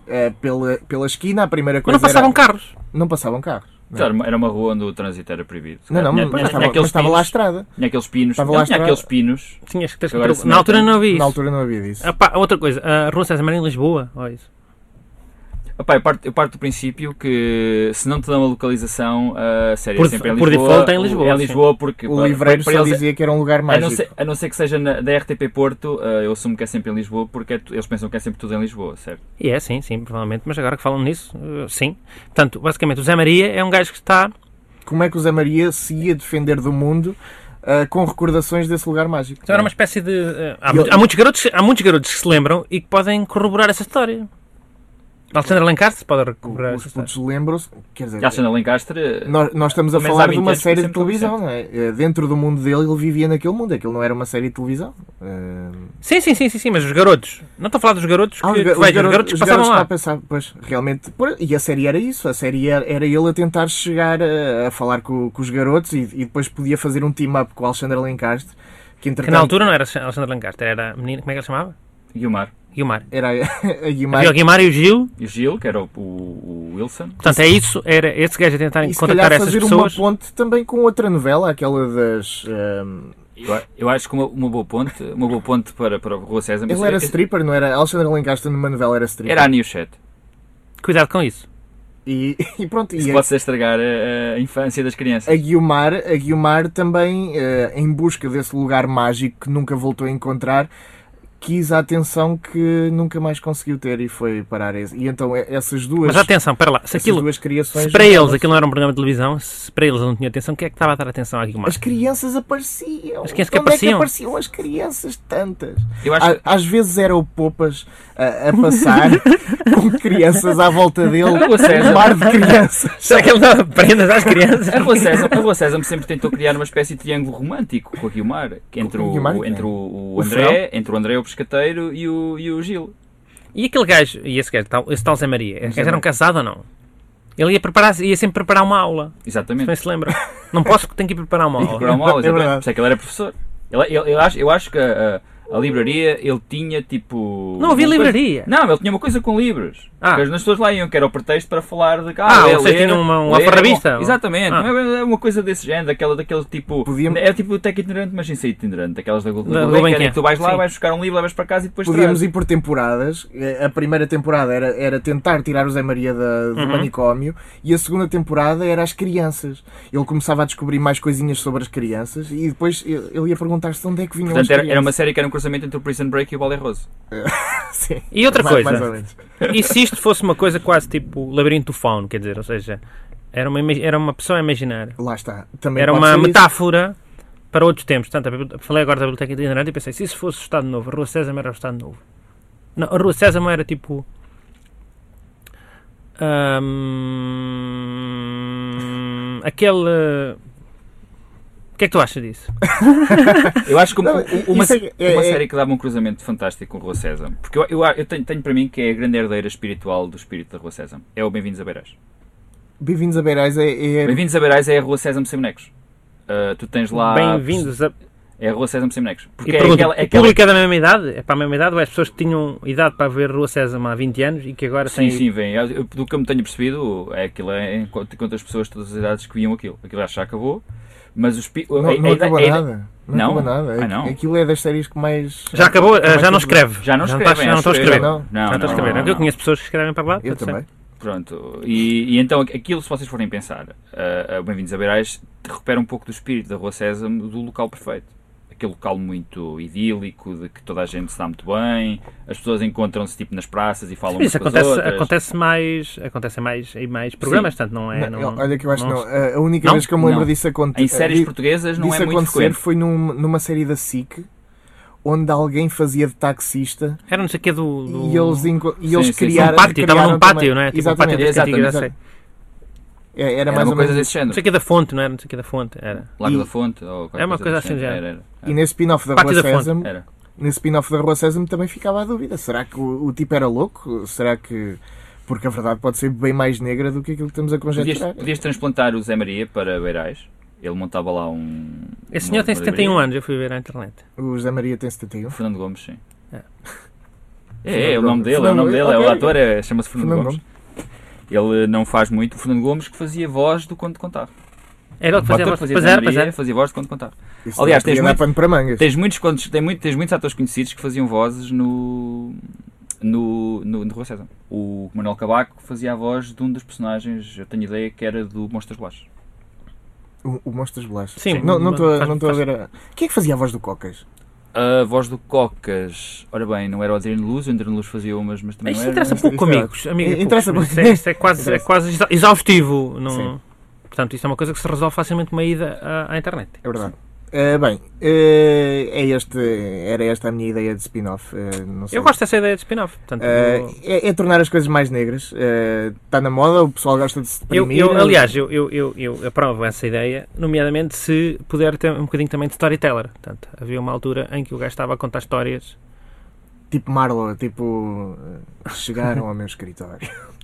Speaker 3: eh, pela, pela esquina. A primeira coisa
Speaker 4: Quando não passavam
Speaker 3: era...
Speaker 4: carros.
Speaker 3: Não passavam carros.
Speaker 5: Então, era uma- Era uma rua onde o trânsito era proibido.
Speaker 3: Não, não,
Speaker 5: Tinha-
Speaker 3: mas
Speaker 5: tinha-
Speaker 3: estava,
Speaker 5: tinha
Speaker 3: mas
Speaker 5: aqueles
Speaker 3: estava lá a
Speaker 5: pinos.
Speaker 3: estrada.
Speaker 5: Tinha aqueles pinos.
Speaker 3: Estava lá
Speaker 5: Tinha
Speaker 3: a
Speaker 5: aqueles
Speaker 3: estrada.
Speaker 5: pinos.
Speaker 4: Tinhas que ter
Speaker 5: Agora se
Speaker 4: Na
Speaker 5: não é
Speaker 4: altura
Speaker 5: tem.
Speaker 4: não havia
Speaker 3: Na
Speaker 4: isso.
Speaker 3: altura não havia disso.
Speaker 4: Ah, pá, outra coisa, a Rua César Maria em Lisboa, olha isso.
Speaker 5: Epá, eu, parto, eu parto do princípio que se não te dão a localização, a série
Speaker 4: Por
Speaker 5: é sempre em
Speaker 4: def- por
Speaker 5: Lisboa.
Speaker 4: default é em Lisboa,
Speaker 5: É em
Speaker 4: sim.
Speaker 5: Lisboa porque
Speaker 3: O
Speaker 5: para-
Speaker 3: livreiro
Speaker 5: para
Speaker 3: só
Speaker 5: eles- é-
Speaker 3: dizia que era um lugar
Speaker 5: A não,
Speaker 3: mágico.
Speaker 5: ser, a não ser que seja na- da RTP Porto, eh, eu assumo que é sempre em Lisboa, porque é tu- eles pensam que é sempre tudo em Lisboa, certo?
Speaker 4: E é, sim, sim, provavelmente, mas agora que falam nisso, eh, sim. Portanto, basicamente, o Zé Maria é um gajo que está.
Speaker 3: Como é que o Zé Maria se ia defender do mundo ah, com recordações desse lugar mágico?
Speaker 4: Então era uma espécie de. eh, há,
Speaker 3: É. E
Speaker 4: mu-
Speaker 3: ele-
Speaker 4: há muitos garotos, há muitos garotos que se lembram e que podem corroborar essa história. Alexandre Lancaster pode corroborar
Speaker 3: Os
Speaker 4: essa história.
Speaker 3: putos lembram-se, quer dizer,
Speaker 5: Alexandre Lencastre,
Speaker 3: nós, nós estamos a
Speaker 5: Pelo menos
Speaker 3: falar
Speaker 5: há
Speaker 3: de
Speaker 5: 20
Speaker 3: uma
Speaker 5: anos,
Speaker 3: série de
Speaker 5: sempre
Speaker 3: televisão, não é? Eh, Dentro do mundo dele, ele vivia naquele mundo, aquilo não era uma série de televisão. Ah,
Speaker 4: Sim, sim, sim, sim, sim, mas os garotos. Não estou a falar dos garotos que,
Speaker 3: Ah, os
Speaker 4: tu
Speaker 3: ga- os
Speaker 4: vejas,
Speaker 3: garo-
Speaker 4: os garotos que
Speaker 3: os
Speaker 4: passavam
Speaker 3: garotos
Speaker 4: lá.
Speaker 3: que passavam, pois, realmente. por- e a série era isso. A série era, era ele a tentar chegar a, a falar com, com os garotos e, e depois podia fazer um team-up com o Alexandre Lencastre, que
Speaker 4: Que na
Speaker 3: entretanto
Speaker 4: altura não era Alexandre Lancaster, era a menina, como é que ele chamava?
Speaker 5: Guilmar
Speaker 4: Guilmar.
Speaker 3: era a, a Guimar.
Speaker 4: Havia o Guilmar e o Gil,
Speaker 5: e o Gil, que era o, o- o Wilson.
Speaker 4: portanto é isso, era esse gajo a tentar
Speaker 3: E se
Speaker 4: contactar
Speaker 3: calhar
Speaker 4: essas
Speaker 3: fazer uma
Speaker 4: pessoas.
Speaker 3: ponte também com outra novela, aquela das. ehm,
Speaker 5: Eu, a- eu acho que uma, uma boa ponte, uma boa ponte para, para o Rua César.
Speaker 3: ele
Speaker 4: é-
Speaker 3: era stripper, tipo. não era? Alexandre Lencastre numa novela era stripper.
Speaker 5: Era a New Chat.
Speaker 4: Cuidado com isso.
Speaker 3: E, e pronto,
Speaker 5: Isso
Speaker 3: e é. a,
Speaker 5: pode-se estragar a, a infância das crianças.
Speaker 3: a Guiomar, a Guiomar também, eh, em busca desse lugar mágico que nunca voltou a encontrar, quis a atenção que nunca mais conseguiu ter e foi parar esse. E então eh, essas duas,
Speaker 4: Mas atenção, para lá, se
Speaker 3: essas
Speaker 4: aquilo.
Speaker 3: duas criações.
Speaker 4: Se para eles
Speaker 3: juntaram-se.
Speaker 4: aquilo não era um programa de televisão, se para eles não tinha atenção, quem é que estava a dar atenção a Guilmar?
Speaker 3: As crianças apareciam. De
Speaker 4: As crianças que
Speaker 3: Onde é
Speaker 4: apareciam?
Speaker 3: que apareciam as crianças tantas?
Speaker 5: Eu acho
Speaker 3: À-
Speaker 5: que.
Speaker 3: Às vezes era o Popas a, a passar com crianças à volta dele,
Speaker 5: Não, o César.
Speaker 3: um mar de crianças.
Speaker 4: Será que ele dava prendas às crianças?
Speaker 5: A Rua, César, a Rua César sempre tentou criar uma espécie de triângulo romântico com a Guilmar, que entre,
Speaker 3: Com o
Speaker 5: o,
Speaker 3: Guiomar,
Speaker 5: entre
Speaker 3: é.
Speaker 5: o,
Speaker 4: O
Speaker 5: o André, entre o André o pescateiro e o, e o Gil.
Speaker 4: E aquele gajo, e esse gajo, tal- esse tal Zé Maria, eles
Speaker 5: Zé
Speaker 4: eram
Speaker 5: Maria.
Speaker 4: casados ou não? Ele ia, preparar, ia sempre preparar uma aula, se
Speaker 5: Exatamente.
Speaker 4: bem se lembra. Não posso porque tenho que ir preparar uma
Speaker 5: Por
Speaker 4: aula.
Speaker 5: Brown Wallace,
Speaker 3: É
Speaker 5: é
Speaker 3: verdade.
Speaker 5: Por isso é que ele era professor. Ele, ele- eu, acho, eu acho que a, a- a livraria ele tinha tipo.
Speaker 4: Não havia
Speaker 5: uma coisa-
Speaker 4: livraria.
Speaker 5: Não, ele tinha uma coisa com livros.
Speaker 4: Ah.
Speaker 5: Que as pessoas lá iam, que era o pretexto para falar de.
Speaker 4: Ah,
Speaker 5: lê,
Speaker 4: ou seja,
Speaker 5: ler,
Speaker 4: tinha uma- uma
Speaker 5: ler,
Speaker 4: alfarrabista.
Speaker 5: bom. Exatamente,
Speaker 4: Ah.
Speaker 5: é uma coisa desse género, daquela, daquele tipo.
Speaker 3: Podíamos-
Speaker 5: É tipo até que itinerante, mas sem ser itinerante, daquelas da
Speaker 4: Da
Speaker 5: Google. Gulbenkian,
Speaker 4: Gulbenkian.
Speaker 5: em que tu vais lá,
Speaker 4: Sim.
Speaker 5: vais buscar um livro, leves para casa e depois
Speaker 3: Podíamos
Speaker 5: trazes.
Speaker 3: ir por temporadas. Eh, A primeira temporada era, era tentar tirar o Zé Maria da-
Speaker 5: Uhum.
Speaker 3: do manicômio e a segunda temporada era as crianças. Ele começava a descobrir mais coisinhas sobre as crianças e depois ele ele ia perguntar-se de onde é que vinham
Speaker 5: Portanto,
Speaker 3: as
Speaker 5: era, era uma
Speaker 3: crianças.
Speaker 5: série que era um cruzamento entre o Prison Break e o Ballet Rose.
Speaker 3: Sim.
Speaker 4: E outra
Speaker 3: Mais- mais
Speaker 4: coisa,
Speaker 3: ou menos.
Speaker 4: e se isto fosse uma coisa quase tipo o labirinto do fauno, quer dizer, ou seja, era uma, imagi- era uma pessoa a imaginar,
Speaker 3: Lá está. Também
Speaker 4: era
Speaker 3: pode
Speaker 4: uma
Speaker 3: ser isso.
Speaker 4: metáfora para outros tempos. Portanto, a bibli- falei agora da Biblioteca Itinerante e pensei, se isso fosse o Estado Novo, a Rua Sésamo era o Estado Novo. Não, a Rua Sésamo era tipo... hum, aquele... O que é que tu achas disso?
Speaker 5: Eu acho que um-
Speaker 3: Não,
Speaker 5: um-
Speaker 3: isso
Speaker 5: uma,
Speaker 3: é que- é-
Speaker 5: uma
Speaker 3: é-
Speaker 5: série que dava um cruzamento fantástico com o Rua César. Porque eu, eu, eu tenho, tenho para mim que é a grande herdeira espiritual do espírito da Rua César. É o Bem-vindos a Beirais.
Speaker 3: Bem-vindos a Beirais é, é-
Speaker 5: Bem-vindos a Beirais é a Rua César sem bonecos. Ah, tu tens lá.
Speaker 4: Bem-vindos a...
Speaker 5: É a Rua César sem bonecos.
Speaker 4: E
Speaker 5: Porque é
Speaker 4: pergunto,
Speaker 5: aquela. é
Speaker 4: o
Speaker 5: aquela-
Speaker 4: público é da mesma idade? É para a mesma idade ou é as pessoas que tinham idade para ver Rua Sésamo há 20 anos e que agora
Speaker 5: Sim,
Speaker 4: têm...
Speaker 5: sim, vem. Eu- eu- Do que eu me tenho percebido, é aquilo é enquanto enquanto as pessoas de todas as idades que viam aquilo. Aquilo acho que já acabou. Mas os pi...
Speaker 3: Não,
Speaker 5: a- a-
Speaker 3: não
Speaker 5: a-
Speaker 3: acabou
Speaker 5: a-
Speaker 3: nada. Não,
Speaker 5: é, Não?
Speaker 3: acabou nada.
Speaker 5: Ah, não.
Speaker 3: Aquilo é das séries que mais.
Speaker 4: Já acabou?
Speaker 3: que mais
Speaker 4: Ah, já não
Speaker 3: tem-
Speaker 4: escreve?
Speaker 5: Já não
Speaker 4: estás-
Speaker 5: escrevem,
Speaker 4: Já não estou a
Speaker 5: acho eu.
Speaker 4: escrever.
Speaker 3: Não,
Speaker 5: Não,
Speaker 4: Já estou a escrever.
Speaker 5: não,
Speaker 4: Eu
Speaker 5: não.
Speaker 4: conheço pessoas que escrevem para lá.
Speaker 3: Eu
Speaker 4: portanto,
Speaker 3: também.
Speaker 5: Pronto, e, e então aquilo, se vocês forem eh, pensar, ah, ah, Bem-vindos a Beirais recupera um pouco do espírito da Rua Sésamo do local perfeito. aquele local muito idílico, de que toda a gente se dá muito bem, as pessoas encontram-se tipo nas praças e falam
Speaker 4: Mas isso
Speaker 5: umas com as
Speaker 4: acontece,
Speaker 5: outras.
Speaker 4: acontece mais, acontece mais em mais programas, tanto não é.
Speaker 3: Não,
Speaker 4: Não,
Speaker 3: olha que eu acho que não. A- A única
Speaker 5: Não?
Speaker 3: vez que eu me lembro
Speaker 5: Não.
Speaker 3: disso acontecer.
Speaker 5: Em
Speaker 4: Eh,
Speaker 5: séries portuguesas não
Speaker 3: disso
Speaker 5: é muito
Speaker 3: acontecer
Speaker 5: frequente.
Speaker 3: foi num- numa série da SIC onde alguém fazia de taxista
Speaker 4: Era não sei o que do. do...
Speaker 3: e eles, enco- e
Speaker 5: Sim,
Speaker 3: eles
Speaker 5: sim, sim.
Speaker 3: criaram.
Speaker 4: Um pátio, estava
Speaker 3: criaram
Speaker 4: num pátio,
Speaker 3: também-
Speaker 4: não é? Tipo um
Speaker 3: Exatamente.
Speaker 4: pátio desse antigo, já
Speaker 5: Exatamente.
Speaker 4: sei.
Speaker 3: É, Era,
Speaker 5: Era
Speaker 3: mais
Speaker 5: uma
Speaker 3: ou menos.
Speaker 5: coisa desse
Speaker 4: Não
Speaker 5: género.
Speaker 4: sei o que da fonte, não era? Não sei o que da fonte. Era.
Speaker 5: Lago
Speaker 3: E-
Speaker 5: da Fonte ou qualquer
Speaker 4: É uma coisa
Speaker 5: desse
Speaker 4: assim do
Speaker 5: género. Era,
Speaker 3: E nesse spin-off da
Speaker 4: Um Pátio
Speaker 3: Rua
Speaker 4: da Fonte.
Speaker 3: Sésamo,
Speaker 5: era. Era.
Speaker 3: nesse spin-off da Rua Sésamo também ficava a dúvida. Será que o, o tipo era louco? Será que. Porque a verdade pode ser bem mais negra do que aquilo que estamos a
Speaker 5: Podias,
Speaker 3: conjecturar.
Speaker 5: podias transplantar o Zé Maria para Beirais. Ele montava lá um.
Speaker 4: Esse senhor
Speaker 5: uma
Speaker 4: tem 71
Speaker 5: barbearia.
Speaker 4: anos, eu fui ver na internet.
Speaker 3: O José Maria tem 71.
Speaker 5: O Fernando Gomes, sim.
Speaker 4: É.
Speaker 5: É, é, é o nome dele, é o
Speaker 3: Fernando
Speaker 5: nome dele, é o
Speaker 3: Gomes, ok.
Speaker 5: ator, é, chama-se Fernando,
Speaker 3: Fernando
Speaker 5: Gomes. Ele não faz muito. O Fernando Gomes que fazia voz do Conto Contar.
Speaker 4: Era ele que
Speaker 5: O
Speaker 4: fazia.
Speaker 5: ator
Speaker 4: voz-
Speaker 5: que fazia
Speaker 4: Pois
Speaker 5: Zé
Speaker 4: era,
Speaker 5: Maria
Speaker 4: pois é. era.
Speaker 5: fazia voz do Conto Contar.
Speaker 3: Isso também
Speaker 5: Aliás, tens
Speaker 3: podia dar
Speaker 5: muito-
Speaker 3: pano para mangas.
Speaker 5: Tens muitos, contos, tem muito, tens muitos atores conhecidos que faziam vozes no. No, no, no Rua César. O Manuel Cabaco fazia a voz de um dos personagens, eu tenho ideia que era do Monstros Blas.
Speaker 3: O, o Monstros Blas.
Speaker 4: Sim.
Speaker 3: Não não estou a-
Speaker 4: Faz-
Speaker 3: não estou a
Speaker 4: faz-
Speaker 3: ver. a- Quem é que fazia a voz do Cocas?
Speaker 5: A voz do Cocas, ora bem, não era o Adriano Luz, o Adriano Luz fazia umas, mas também não
Speaker 4: Isto
Speaker 5: era.
Speaker 4: interessa
Speaker 3: isto
Speaker 4: pouco,
Speaker 3: é-
Speaker 4: amigos. amigos
Speaker 3: é- interessa pouco.
Speaker 4: poucos, mas Isto é, isto é quase, é
Speaker 3: Interessa.
Speaker 4: quase exa- exaustivo. Não...
Speaker 3: Sim.
Speaker 4: Portanto, isto é uma coisa que se resolve facilmente uma ida à, à internet.
Speaker 3: É verdade. Eh, bem, eh, é este, era esta a minha ideia de spin-off. eh, não sei.
Speaker 4: Eu gosto dessa ideia de spin-off. Portanto,
Speaker 3: Eh,
Speaker 4: eu-
Speaker 3: é, é tornar as coisas mais negras. Está na moda, o pessoal gosta de se
Speaker 4: eu,
Speaker 3: deprimir.
Speaker 4: eu, aliás, eu, eu, eu, eu aprovo essa ideia, nomeadamente se puder ter um bocadinho também de storyteller. Portanto, havia uma altura em que o gajo estava a contar histórias
Speaker 3: Tipo Marlowe, tipo. eh, Chegaram ao meu escritório.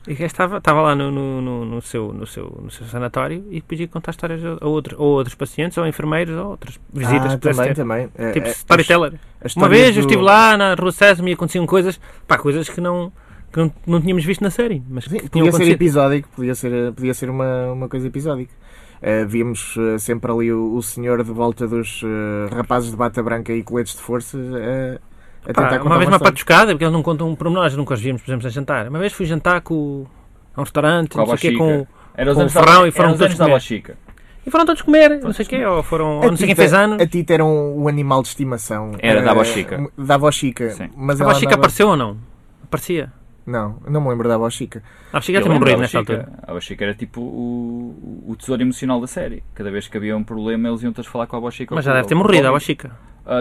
Speaker 4: e o gajo estava, estava lá no, no, no, no seu, no, seu, no seu sanatório e podia contar histórias a, a outro, ou a outros pacientes, ou a enfermeiros, ou a outras visitas.
Speaker 3: ah,
Speaker 4: que pudesse
Speaker 3: também, também.
Speaker 4: ter.
Speaker 3: Eh,
Speaker 4: Tipo
Speaker 3: eh,
Speaker 4: storyteller.
Speaker 3: as- as
Speaker 4: Uma vez eu
Speaker 3: histórias do-
Speaker 4: estive lá na Rua Sésamo e aconteciam coisas, pá, coisas que não, que não, não tínhamos visto na série, mas que
Speaker 3: Sim,
Speaker 4: tinham
Speaker 3: podia ser
Speaker 4: acontecido.
Speaker 3: episódico, podia ser, podia ser uma, uma coisa episódica. Eh, víamos eh, sempre ali o, o senhor de volta dos eh, rapazes de bata branca e coletes de força eh, a
Speaker 4: Pá,
Speaker 3: tentar contar
Speaker 4: uma vez uma
Speaker 3: história.
Speaker 4: patuscada, porque eles não contam pormenores, nunca os vimos, por exemplo, a jantar. Uma vez fui jantar com a um restaurante,
Speaker 5: Com a
Speaker 4: não sei o quê,
Speaker 5: Bochica.
Speaker 4: com o-
Speaker 5: é? Era os
Speaker 4: com
Speaker 5: anos
Speaker 4: o Ferrão
Speaker 5: da,
Speaker 4: e foram
Speaker 5: era os
Speaker 4: todos
Speaker 5: anos da
Speaker 4: comer.
Speaker 5: Bochica.
Speaker 4: e foram todos comer, não sei o quê, ou foram,
Speaker 3: É
Speaker 4: ou não
Speaker 3: tipo,
Speaker 4: sei quem fez anos.
Speaker 3: A Tita era um, um animal de estimação.
Speaker 5: Era da
Speaker 3: Eh,
Speaker 5: avó Chica.
Speaker 3: Da avó Chica.
Speaker 5: Sim.
Speaker 3: Mas
Speaker 4: A
Speaker 3: ela
Speaker 4: Bochica
Speaker 3: andava-
Speaker 4: apareceu ou não? Aparecia.
Speaker 3: Não, não me lembro da avó Chica.
Speaker 4: A Bochica
Speaker 5: Eu
Speaker 4: tinha
Speaker 5: lembro da
Speaker 4: morrido nesta
Speaker 5: Bochica.
Speaker 4: altura.
Speaker 5: A Bochica era tipo o, o tesouro emocional da série. Cada vez que havia um problema, eles iam todos falar com a Bochica.
Speaker 4: Mas já deve ter morrido a Bochica.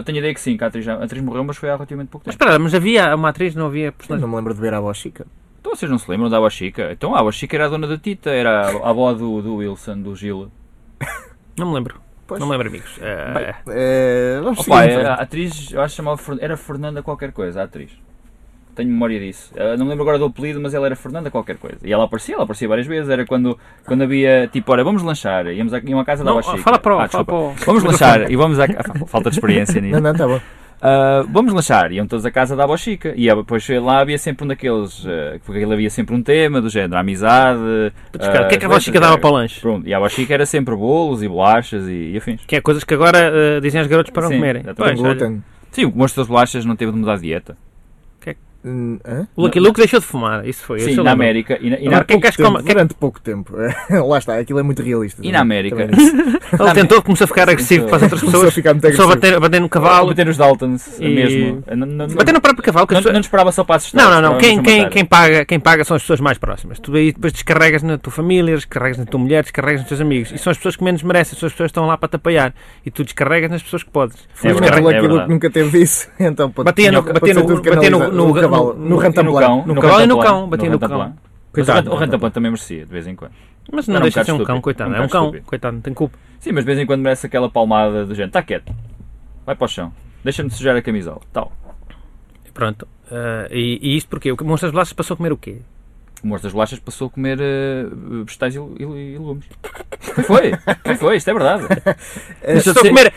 Speaker 5: tenho ideia que sim, que a atriz, já- a atriz morreu, mas foi há relativamente pouco
Speaker 4: Mas
Speaker 5: tempo.
Speaker 4: espera, mas havia uma atriz, não havia
Speaker 3: Eu
Speaker 4: personagem.
Speaker 3: não me lembro de ver a avó Chica.
Speaker 5: Então vocês não se lembram da Bochica? Então a Bochica era a dona da Tita, era a avó do, do Wilson, do Gil.
Speaker 4: Não me lembro.
Speaker 3: Pois.
Speaker 4: Não me lembro, amigos. Eh,
Speaker 3: Eh, vamos
Speaker 5: Opa, é-
Speaker 3: seguir em
Speaker 5: era-
Speaker 3: frente.
Speaker 5: a atriz, eu acho que chamava, Fer- era Fernanda qualquer coisa, a atriz. Tenho memória disso. Eh, não me lembro agora do apelido, mas ela era Fernanda qualquer coisa. E ela aparecia, ela aparecia várias vezes. Era quando, quando havia, tipo, ora, vamos lanchar. Íamos a, iam à casa da
Speaker 4: não,
Speaker 5: Bachica.
Speaker 4: fala para o.
Speaker 5: Ah,
Speaker 4: fala
Speaker 5: desculpa.
Speaker 4: para o-
Speaker 5: Vamos lanchar e vamos à... ah, Falta de experiência nisso.
Speaker 3: Não, não, tá bom.
Speaker 5: Ah, vamos lanchar. Iam todos à casa da Bochica. E ah, depois lá havia sempre um daqueles... ah, porque ele havia sempre um tema do género amizade... ah,
Speaker 4: Putz, cara, O
Speaker 5: Eh,
Speaker 4: que é que a Bochica dava para o lanche?
Speaker 5: Pronto, e a Bochica era sempre bolos e bolachas e, e afins.
Speaker 4: Que é coisas que agora eh, dizem aos garotos para não
Speaker 5: Sim,
Speaker 4: comerem.
Speaker 5: exatamente.
Speaker 4: Pois,
Speaker 3: Com
Speaker 4: olha,
Speaker 3: glúten.
Speaker 5: Sim, o monstro das bolachas não teve de mudar de dieta.
Speaker 3: Hum, hã?
Speaker 4: o Lucky Luke deixou de fumar, isso foi.
Speaker 5: Sim,
Speaker 4: isso eu
Speaker 5: na
Speaker 4: lembro.
Speaker 5: América. E na, e na-
Speaker 4: Agora, quem
Speaker 3: Pouco
Speaker 4: quer que coma-
Speaker 3: tempo, durante pouco tempo. Lá está, aquilo é muito realista.
Speaker 5: E na América? É
Speaker 3: Também disse.
Speaker 4: Ele tentou, começou a ficar agressivo para as outras
Speaker 3: Começou a
Speaker 4: pessoas,
Speaker 3: ficar muito
Speaker 4: começou a
Speaker 3: agressivo.
Speaker 4: bater, a bater no
Speaker 5: cavalo.
Speaker 4: cavalo,
Speaker 5: Bater nos Daltons
Speaker 4: E-
Speaker 5: mesmo. Não, não, não,
Speaker 4: bater no próprio cavalo. que as
Speaker 5: não, não
Speaker 4: pessoas-
Speaker 5: esperava só para assustar.
Speaker 4: Não, não, não.
Speaker 5: esperava
Speaker 4: Quem,
Speaker 5: para
Speaker 4: quem,
Speaker 5: matar.
Speaker 4: quem, paga, quem paga são as pessoas mais próximas. Tu aí depois descarregas na tua família, descarregas na tua mulher, descarregas nos teus amigos. E são as pessoas que menos merecem, são as pessoas que estão lá para te apoiar. E tu descarregas nas pessoas que podes.
Speaker 5: É
Speaker 3: Felizmente
Speaker 5: verdade,
Speaker 3: o
Speaker 5: é
Speaker 3: Lucky Luke
Speaker 5: verdade.
Speaker 3: nunca teve isso. Então, pode,
Speaker 4: Batia no-
Speaker 3: pode ser
Speaker 4: batia no-
Speaker 3: tudo
Speaker 4: batia no-
Speaker 3: canalizado.
Speaker 4: no-
Speaker 3: cavalo,
Speaker 4: no-
Speaker 3: no rantaplan.
Speaker 5: cão.
Speaker 4: No cavalo e no
Speaker 5: rantaplan,
Speaker 4: cão, batia no cão.
Speaker 5: rantaplan.
Speaker 4: Coitado,
Speaker 5: Mas O Rantaplan também merecia, de vez em quando.
Speaker 4: Mas não
Speaker 5: Era um
Speaker 4: deixa de ser
Speaker 5: bocado
Speaker 4: um cão,
Speaker 5: estúpido.
Speaker 4: coitado.
Speaker 5: Um
Speaker 4: é um
Speaker 5: bocado
Speaker 4: cão,
Speaker 5: estúpido.
Speaker 4: coitado, não tem culpa.
Speaker 5: Sim, mas de vez em quando merece aquela palmada do género. Está quieto. Vai para o chão. Deixa-me sujar a camisola. Tal.
Speaker 4: Pronto. Ah, e, e isto porquê? O que- Monstros Blastas passou a comer o quê?
Speaker 5: O monstro das bolachas passou a comer eh, vegetais e, e- e legumes. Foi, foi, foi, isto é verdade. Deixou de
Speaker 4: Passou a
Speaker 5: ser-
Speaker 4: comer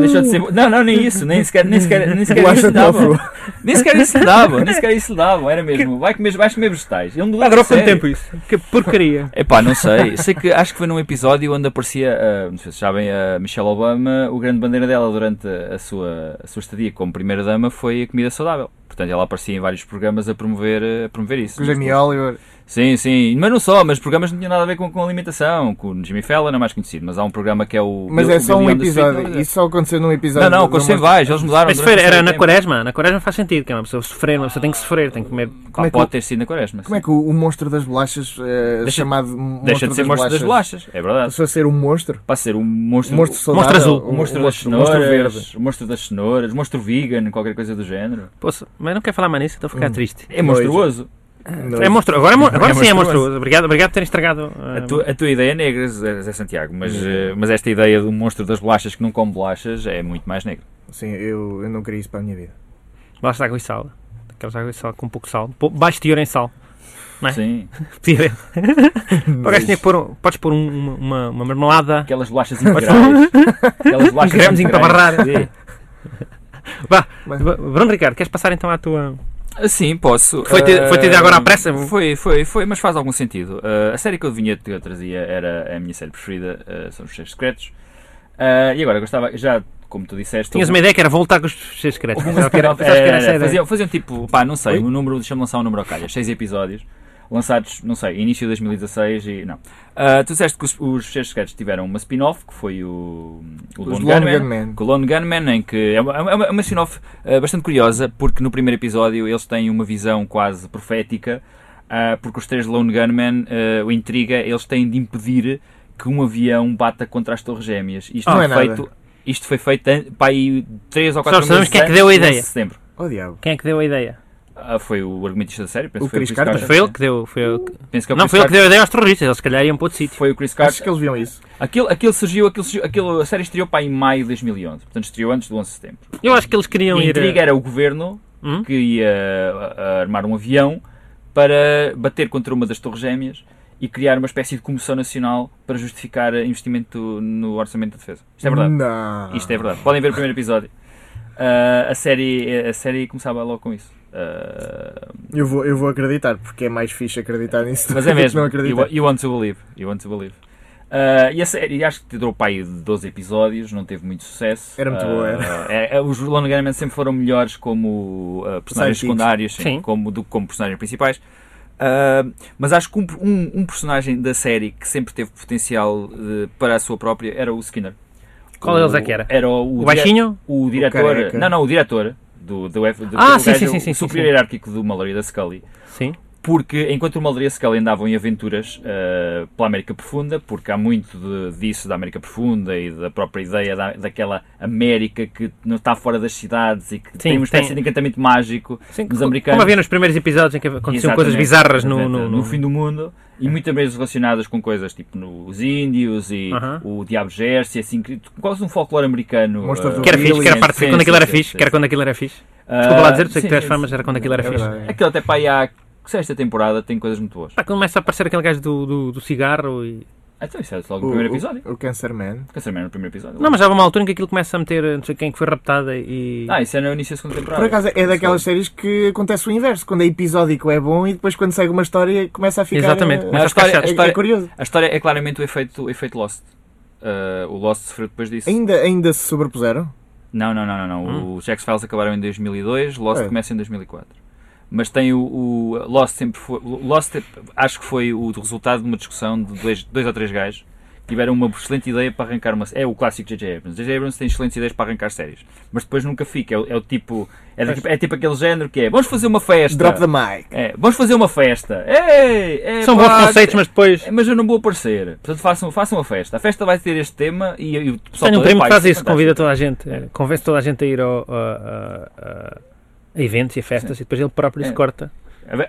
Speaker 5: Deixou de ser bo- Não, não, nem isso, nem sequer, nem sequer, nem sequer isso
Speaker 3: Bolacha
Speaker 5: lhe
Speaker 3: de
Speaker 5: dava.
Speaker 3: tofu.
Speaker 5: Nem sequer isso lhe dava, nem sequer isso lhe dava, era mesmo. Vai comer, vais comer vegetais. Ele mudou
Speaker 4: Adorou quanto tempo isso? Que porcaria.
Speaker 5: Epá, não sei. Sei que acho que foi num episódio onde aparecia, ah, não sei se sabem, a Michelle Obama, o grande bandeira dela durante a sua, a sua estadia como primeira-dama foi a comida saudável. Portanto, ela aparecia em vários programas a promover, a promover isso.
Speaker 3: Com o Jamie Oliver.
Speaker 5: Sim, sim. Mas não só, mas programas que não tinham nada a ver com, com alimentação. Com o Jimmy Fallon é mais conhecido, mas há um programa que é o.
Speaker 3: Mas
Speaker 5: Bill-
Speaker 3: é
Speaker 5: o
Speaker 3: só um
Speaker 5: Billy on the Street,
Speaker 3: episódio. Isso só aconteceu num episódio.
Speaker 5: Não, não,
Speaker 3: do- do
Speaker 5: aconteceu em
Speaker 3: Monster-
Speaker 5: vários, eles mudaram.
Speaker 4: Mas se for,
Speaker 5: durante
Speaker 4: era
Speaker 5: muito
Speaker 4: na
Speaker 5: tempo.
Speaker 4: quaresma. Na quaresma faz sentido, que é uma pessoa sofrer, uma pessoa tem que sofrer, tem que comer.
Speaker 5: Pá,
Speaker 3: Como é que
Speaker 5: pode
Speaker 3: o-
Speaker 5: ter sido na quaresma.
Speaker 3: Como é
Speaker 5: sim.
Speaker 3: que o, o monstro das bolachas é
Speaker 5: Deixa-
Speaker 3: chamado
Speaker 5: Deixa de ser monstro das bolachas. É verdade.
Speaker 3: Passou a ser um monstro.
Speaker 5: Para ser um
Speaker 3: Um
Speaker 5: monstro.
Speaker 3: monstro saudável.
Speaker 4: monstro azul.
Speaker 3: um-
Speaker 5: O monstro
Speaker 3: um
Speaker 5: das
Speaker 3: monstro- um monstro verde.
Speaker 5: cenouras, o monstro das cenouras, o monstro vegan, qualquer coisa do género.
Speaker 4: Poxa, mas não quero falar mais nisso, estou a ficar
Speaker 3: Hum.
Speaker 4: triste.
Speaker 5: É monstruoso.
Speaker 4: É monstru... Agora, é mo- agora
Speaker 5: É
Speaker 4: sim é
Speaker 5: monstruoso.
Speaker 4: monstruoso. Obrigado, obrigado por terem estragado. ah,
Speaker 5: A, tu- a tua ideia é negra, Zé Zé Santiago, mas, eh, mas esta ideia do monstro das bolachas que não come bolachas é muito mais negra.
Speaker 3: Sim, eu, eu não queria isso para a minha vida.
Speaker 4: eh, Lá está água e sal. Aquelas água e sal com pouco sal. Pou- Baixo teor em sal. É?
Speaker 5: Sim.
Speaker 4: Tira. O gajo tinha que pôr um- Podes pôr um- uma, uma, uma marmelada.
Speaker 5: Aquelas bolachas integrais. Aquelas bolachas
Speaker 4: Gramezinho
Speaker 5: integrais.
Speaker 4: para barrar.
Speaker 5: Sim.
Speaker 4: B- Bruno Ricardo, queres passar então à tua.
Speaker 5: Ah, Sim, posso.
Speaker 4: Foi ter-
Speaker 5: Ah,
Speaker 4: foi ter agora à pressa?
Speaker 5: Foi, foi, foi, mas faz algum sentido. Ah, a série que eu adivinhei que eu trazia era a minha série preferida, ah, são os Seus Secretos. Ah, e agora gostava, já como tu disseste.
Speaker 4: Tinhas uma ideia que era voltar com os fecheiros secretos.
Speaker 5: Algum
Speaker 4: Sabes que era-
Speaker 5: spin-off,
Speaker 4: sabes que era
Speaker 5: é,
Speaker 4: essa a ideia?
Speaker 5: faziam, faziam tipo, pá, não sei, um número, deixa-me lançar um número ao calhas, seis episódios, lançados, não sei, início de 2016 e. Não. Ah, tu disseste que os, os Cheiros Secretos tiveram uma spin-off, que foi o. O
Speaker 3: Os
Speaker 5: Lone
Speaker 3: Lone
Speaker 5: Gunman.
Speaker 3: Gunman.
Speaker 5: Com o Lone Gunman, em que é uma, é uma, é uma spin-off ah, bastante curiosa, porque no primeiro episódio eles têm uma visão quase profética, ah, porque os três Lone Gunman, ah, o intriga, eles têm de impedir que um avião bata contra as Torres Gêmeas. Isto
Speaker 3: Não
Speaker 5: foi
Speaker 3: é nada.
Speaker 5: feito. Isto foi feito an- pá, aí 3 ou 4
Speaker 4: Só sabemos quem é que deu a ideia.
Speaker 5: Setembro.
Speaker 3: Oh diabo.
Speaker 4: Quem é que deu a ideia?
Speaker 5: Ah, foi o argumentista da série, penso
Speaker 3: O
Speaker 5: que foi
Speaker 3: Chris
Speaker 5: o Chris
Speaker 3: Carter.
Speaker 5: Carter.
Speaker 4: Mas foi ele que deu. Foi ele que-
Speaker 5: Penso que é o
Speaker 4: Não,
Speaker 5: Chris
Speaker 4: foi ele que
Speaker 5: Carter.
Speaker 4: deu a ideia aos terroristas. Eles, se calhar, iam para outro sítio.
Speaker 5: Foi o Chris
Speaker 3: Acho
Speaker 5: Carter.
Speaker 3: que eles viam isso.
Speaker 5: Aquilo, aquilo surgiu, aquilo surgiu- aquilo- a série estreou para em maio de 2011, portanto estreou antes do 11 de setembro.
Speaker 4: Eu acho que eles queriam
Speaker 5: e a
Speaker 4: ir. eh,
Speaker 5: intriga era o governo
Speaker 4: Hum?
Speaker 5: que ia a- a armar um avião para bater contra uma das Torres Gêmeas e criar uma espécie de comissão nacional para justificar investimento no orçamento da defesa. Isto é
Speaker 4: Hum.
Speaker 5: verdade.
Speaker 3: Não.
Speaker 5: Isto é verdade. Podem ver o primeiro episódio. Ah, a, série, a série começava logo com isso. Ah,
Speaker 3: Eu vou, eu vou acreditar, porque é mais fixe acreditar nisso
Speaker 5: Mas
Speaker 3: do
Speaker 5: é
Speaker 3: que
Speaker 5: mesmo.
Speaker 3: não
Speaker 5: You,
Speaker 3: acreditar.
Speaker 5: you want to believe. You want to believe. Ah, e a série, acho que durou para aí 12 episódios, não teve muito sucesso.
Speaker 3: Era muito
Speaker 5: Ah,
Speaker 3: boa,
Speaker 5: é, é, os Lone Gunman sempre foram melhores como ah, personagens
Speaker 3: Sidekicks.
Speaker 5: secundários sim,
Speaker 4: Sim.
Speaker 5: Como, do que como personagens principais. Ah, mas acho que um, um- um personagem da série que sempre teve potencial eh, para a sua própria era o Skinner.
Speaker 4: Qual
Speaker 5: O-
Speaker 4: deles é que era?
Speaker 5: Era o,
Speaker 4: O
Speaker 5: dire-
Speaker 4: baixinho?
Speaker 5: o diretor.
Speaker 3: careca.
Speaker 5: não, não, o diretor do, do, F- do,
Speaker 4: Ah,
Speaker 5: do
Speaker 4: sim,
Speaker 5: gajo
Speaker 4: sim, sim, sim,
Speaker 5: superior
Speaker 4: sim.
Speaker 5: hierárquico do Mallory da Scully
Speaker 4: Sim.
Speaker 5: porque enquanto o Maldiria Scully andavam em aventuras eh, pela América Profunda, porque há muito de- disso da América Profunda e da própria ideia da, daquela América que não está fora das cidades e que tem uma espécie
Speaker 4: tem-
Speaker 5: de encantamento mágico
Speaker 4: Sim,
Speaker 5: Dos
Speaker 4: co-
Speaker 5: americanos.
Speaker 4: Como havia nos primeiros episódios em que aconteciam
Speaker 5: Exatamente.
Speaker 4: coisas bizarras no,
Speaker 5: Exatamente.
Speaker 4: no, É. no-
Speaker 5: fim do mundo e muitas vezes relacionadas com coisas tipo no- os índios e
Speaker 4: Aham.
Speaker 5: o diabo Gerce, assim, que- quase um folclore americano.
Speaker 3: Monstro
Speaker 5: eh,
Speaker 3: do
Speaker 4: Que era fixe, que era
Speaker 5: sim,
Speaker 4: parte
Speaker 5: sim,
Speaker 4: quando aquilo era
Speaker 5: sim,
Speaker 4: fixe,
Speaker 5: sim.
Speaker 4: que era quando aquilo era fixe.
Speaker 5: Ah,
Speaker 4: Desculpa lá dizer, sei
Speaker 5: sim,
Speaker 4: que tu és
Speaker 5: sim,
Speaker 4: fã, mas era quando aquilo era
Speaker 3: É
Speaker 4: fixe.
Speaker 3: verdade.
Speaker 5: Aquilo até para aí há sexta temporada tem coisas muito boas.
Speaker 4: Pá, começa a aparecer aquele gajo do, do, do cigarro e.
Speaker 5: Então isso é logo
Speaker 3: O,
Speaker 5: no primeiro episódio.
Speaker 3: o, o Cancer Man.
Speaker 5: Cancer Man é no primeiro episódio.
Speaker 4: Não, mas já há uma altura em que aquilo começa a meter eh, não sei quem que foi raptada e.
Speaker 5: Ah, isso é no início da segunda temporada.
Speaker 3: Por acaso é daquelas séries que acontece o inverso, quando é episódico é bom e depois quando segue uma história começa a ficar.
Speaker 4: Exatamente,
Speaker 3: eh,
Speaker 4: começa a ficar
Speaker 3: é-
Speaker 5: chato.
Speaker 3: é- é curioso.
Speaker 5: A história é claramente o efeito, o efeito Lost. Ah, o Lost sofreu depois disso.
Speaker 3: Ainda, ainda se sobrepuseram?
Speaker 5: Não, não, não, não. não.
Speaker 4: Hum.
Speaker 5: Os Jax Files acabaram em 2002, Lost
Speaker 3: É.
Speaker 5: começa em 2004. Mas tem o, o- Lost sempre foi. Lost é- acho que foi o resultado de uma discussão de dois, dois ou três gajos que tiveram uma excelente ideia para arrancar uma. É o clássico J.J. Abrams. J.J. Abrams tem excelentes ideias para arrancar séries, mas depois nunca fica. É, o- é o tipo. É, da- é tipo aquele género que é. Vamos fazer uma festa.
Speaker 3: Drop the mic.
Speaker 5: É, vamos fazer uma festa. Ei, é,
Speaker 4: São
Speaker 5: pá,
Speaker 4: bons conceitos, mas depois.
Speaker 5: É, Mas eu não vou aparecer. Portanto, façam, façam a festa. A festa vai ter este tema e, e o pessoal
Speaker 4: Tenho um
Speaker 5: todo,
Speaker 4: primo
Speaker 5: "Pá,
Speaker 4: que faz
Speaker 5: é
Speaker 4: isso,
Speaker 5: fantástico."
Speaker 4: convida toda a gente, eh,
Speaker 5: É.
Speaker 4: convence toda a gente a ir ao- a- a- a- a eventos e a festas e depois ele próprio se
Speaker 5: É.
Speaker 4: corta.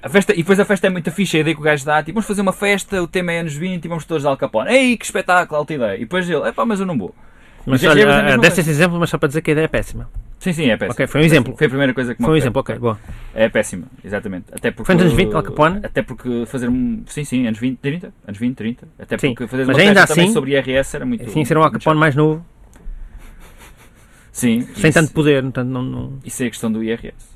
Speaker 5: A festa, e depois a festa é muito fixe, a ideia que o gajo dá, tipo, vamos fazer uma festa, o tema é anos 20 e vamos todos dar Al Capone. Ei, que espetáculo, alta ideia. E depois ele, epá, mas eu não vou.
Speaker 4: Mas
Speaker 5: Mas é a mesma
Speaker 4: olha, ah, deste
Speaker 5: coisa.
Speaker 4: esse exemplo, mas só para dizer que a ideia é péssima.
Speaker 5: Sim, sim, é péssimo.
Speaker 4: Ok, foi um exemplo.
Speaker 5: Foi a primeira coisa que me
Speaker 4: Foi um
Speaker 5: ocorreu.
Speaker 4: exemplo, ok, bom.
Speaker 5: É péssimo, exatamente. Até porque,
Speaker 4: Foi nos anos 20, Al Capone?
Speaker 5: Até porque fazer um. Sim, sim, anos 20, 30. Anos 20, 30. Até
Speaker 4: Sim,
Speaker 5: porque fazer
Speaker 4: mas
Speaker 5: uma
Speaker 4: ainda
Speaker 5: festa também
Speaker 4: assim-
Speaker 5: sobre IRS era muito.
Speaker 4: Assim, ser um Al
Speaker 5: muito chato.
Speaker 4: Capone mais novo,
Speaker 5: Sim,
Speaker 4: sem
Speaker 5: isso-
Speaker 4: tanto poder, portanto, não, não-
Speaker 5: Isso é a questão do IRS.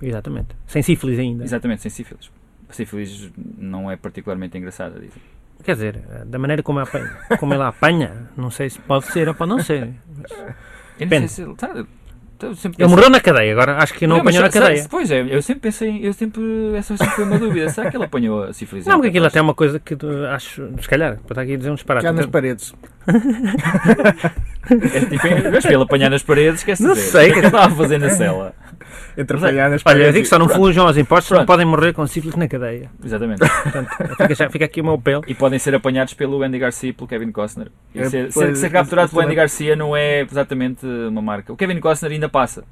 Speaker 4: Exatamente. Sem sífilis ainda.
Speaker 5: Exatamente, sem sífilis. Sífilis não é particularmente engraçada, dizem.
Speaker 4: Quer dizer, da maneira como, apa- como ela apanha, não sei se pode ser ou pode não ser.
Speaker 5: Eu não
Speaker 4: Depende.
Speaker 5: sei se ele- sabe, Eu
Speaker 4: Ele
Speaker 5: sempre pensei-
Speaker 4: morreu na cadeia, agora acho que não
Speaker 5: Não, mas
Speaker 4: apanhou na
Speaker 5: será-
Speaker 4: cadeia.
Speaker 5: será- Pois é, eu sempre pensei, em- eu sempre, essa sempre foi uma dúvida. Será que ele apanhou a cifra
Speaker 4: Não, porque aquilo até é uma coisa que tu- acho, se calhar, para estar aqui a dizer um disparate.
Speaker 3: Cá nas
Speaker 4: Então,
Speaker 3: paredes.
Speaker 5: É tipo, em vez de ele apanhar nas paredes, esquece
Speaker 4: Não
Speaker 5: de dizer.
Speaker 4: sei,
Speaker 5: O que é que ele estava a fazer na cela? é.
Speaker 3: Entre apanhar nas
Speaker 4: Olha,
Speaker 3: paredes.
Speaker 4: eu digo que só não fujam aos impostos, não
Speaker 5: Pronto.
Speaker 4: podem morrer com sífilis na cadeia.
Speaker 5: Exatamente.
Speaker 4: Fica, já- fica aqui o meu apelo.
Speaker 5: E podem ser apanhados pelo Andy Garcia e pelo Kevin Costner. E
Speaker 3: É,
Speaker 5: ser,
Speaker 3: pois,
Speaker 5: ser, ser capturado
Speaker 3: isso
Speaker 5: pelo Andy
Speaker 3: também.
Speaker 5: Garcia não é exatamente uma marca. O Kevin Costner ainda passa.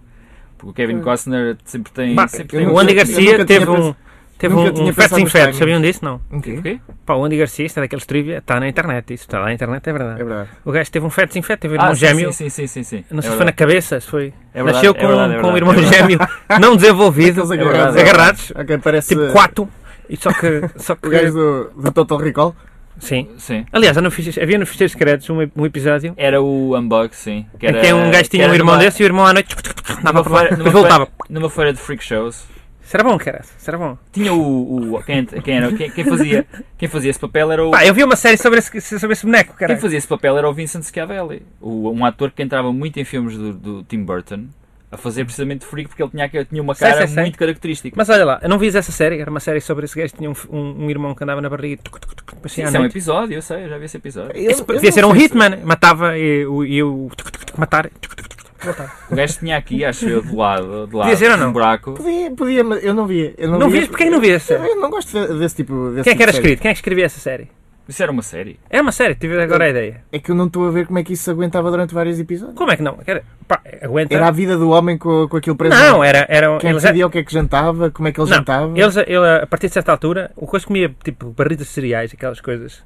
Speaker 5: Porque o Kevin
Speaker 3: Pois.
Speaker 5: Costner sempre tem.
Speaker 4: Pá,
Speaker 5: sempre
Speaker 3: eu
Speaker 5: tem
Speaker 4: O
Speaker 3: nunca-
Speaker 4: Andy
Speaker 3: eu
Speaker 4: Garcia
Speaker 3: nunca
Speaker 4: teve
Speaker 3: tinha
Speaker 4: um, teve
Speaker 3: nunca
Speaker 4: um,
Speaker 3: tinha
Speaker 4: um feto
Speaker 3: pensado
Speaker 4: sem
Speaker 3: nos
Speaker 4: feto,
Speaker 3: timings.
Speaker 4: sabiam disso? Não.
Speaker 3: O quê?
Speaker 5: Ok?
Speaker 4: Pá, o Andy Garcia, isto é daqueles trivia, está na internet, isso está na internet, é
Speaker 3: É
Speaker 4: verdade.
Speaker 3: verdade.
Speaker 4: O gajo teve um feto sem feto, teve um
Speaker 5: Ah,
Speaker 4: irmão
Speaker 5: sim,
Speaker 4: gêmeo.
Speaker 5: Sim, sim, sim, sim. sim.
Speaker 4: Não sei
Speaker 5: É
Speaker 4: se foi na
Speaker 5: verdade.
Speaker 4: cabeça, se foi.
Speaker 5: É verdade,
Speaker 4: Nasceu
Speaker 5: é
Speaker 4: com,
Speaker 5: verdade, é
Speaker 4: com um
Speaker 5: verdade,
Speaker 4: irmão
Speaker 5: é verdade.
Speaker 4: gêmeo não desenvolvido,
Speaker 3: Aqueles
Speaker 5: verdade,
Speaker 3: agarrados.
Speaker 5: é
Speaker 4: agarrados,
Speaker 3: Ok, parece
Speaker 4: tipo
Speaker 3: uh,
Speaker 4: 4. E só que. Só que
Speaker 3: o gajo do, do Total Recall.
Speaker 4: sim.
Speaker 5: Sim.
Speaker 4: Aliás, já no Fichas- havia no Ficheiros Secretos um, um episódio
Speaker 5: Era o Unbug, sim. Que
Speaker 4: em
Speaker 5: era,
Speaker 4: que um gajo tinha um
Speaker 5: que era
Speaker 4: irmão
Speaker 5: numa-
Speaker 4: desse e o irmão à noite dava
Speaker 5: Numa
Speaker 4: para lá,
Speaker 5: feira,
Speaker 4: depois
Speaker 5: numa, feira,
Speaker 4: voltava.
Speaker 5: numa feira de freak shows.
Speaker 4: Será bom, cara? Será bom?
Speaker 5: Tinha o. o- quem, quem era, quem, quem fazia, quem fazia esse papel era o. Tipo-
Speaker 4: Pá, eu vi uma série sobre esse, sobre esse boneco, cara.
Speaker 5: Quem fazia esse papel era o Vincent Schiavelli, o- um ator que entrava muito em filmes do, do Tim Burton, a fazer precisamente freak porque ele tinha, aqu- tinha uma
Speaker 4: Sei,
Speaker 5: cara
Speaker 4: sei, sei.
Speaker 5: muito característica.
Speaker 4: Mas olha lá, eu não vi essa série, era uma série sobre esse gajo que tinha um, f- um- um irmão que andava na barriga. e tuc, tuc, tuc, depois
Speaker 5: Sim,
Speaker 4: saía à
Speaker 5: isso é um
Speaker 4: noite.
Speaker 5: episódio, eu sei, eu já vi esse episódio.
Speaker 3: Eu-
Speaker 4: Esse
Speaker 3: eu
Speaker 4: devia
Speaker 3: não
Speaker 4: ser um
Speaker 3: sei se-
Speaker 4: hitman, matava e o e o tuc, tuc, tuc, matar. tuc, tuc, tuc, voltava.
Speaker 5: O gajo tinha aqui, acho eu, de lado, de lado
Speaker 4: Podia ser ou não?
Speaker 5: um buraco.
Speaker 3: Podia, podia, mas eu não via. Eu não,
Speaker 4: Não
Speaker 3: via.
Speaker 4: viste? Porquê que não vi essa
Speaker 3: Eu,
Speaker 4: série?
Speaker 3: eu não gosto de- desse tipo desse
Speaker 4: Quem é que
Speaker 3: tipo
Speaker 4: era
Speaker 3: de série.
Speaker 4: escrito? Quem é que escrevia essa série?
Speaker 5: Isso era uma série.
Speaker 4: É uma série, tive agora a ideia.
Speaker 3: É que eu não estou a ver como é que isso se aguentava durante vários episódios.
Speaker 4: Como é que não? Era- pá, aguenta.
Speaker 3: Era a vida do homem com, com aquilo preso.
Speaker 4: não, era, era um-
Speaker 3: Quem
Speaker 4: eles,
Speaker 3: decidia o que é que jantava, como é que ele
Speaker 4: Não,
Speaker 3: jantava.
Speaker 4: eles- ele, a partir de certa altura, o coisa comia tipo barris de cereais, aquelas coisas.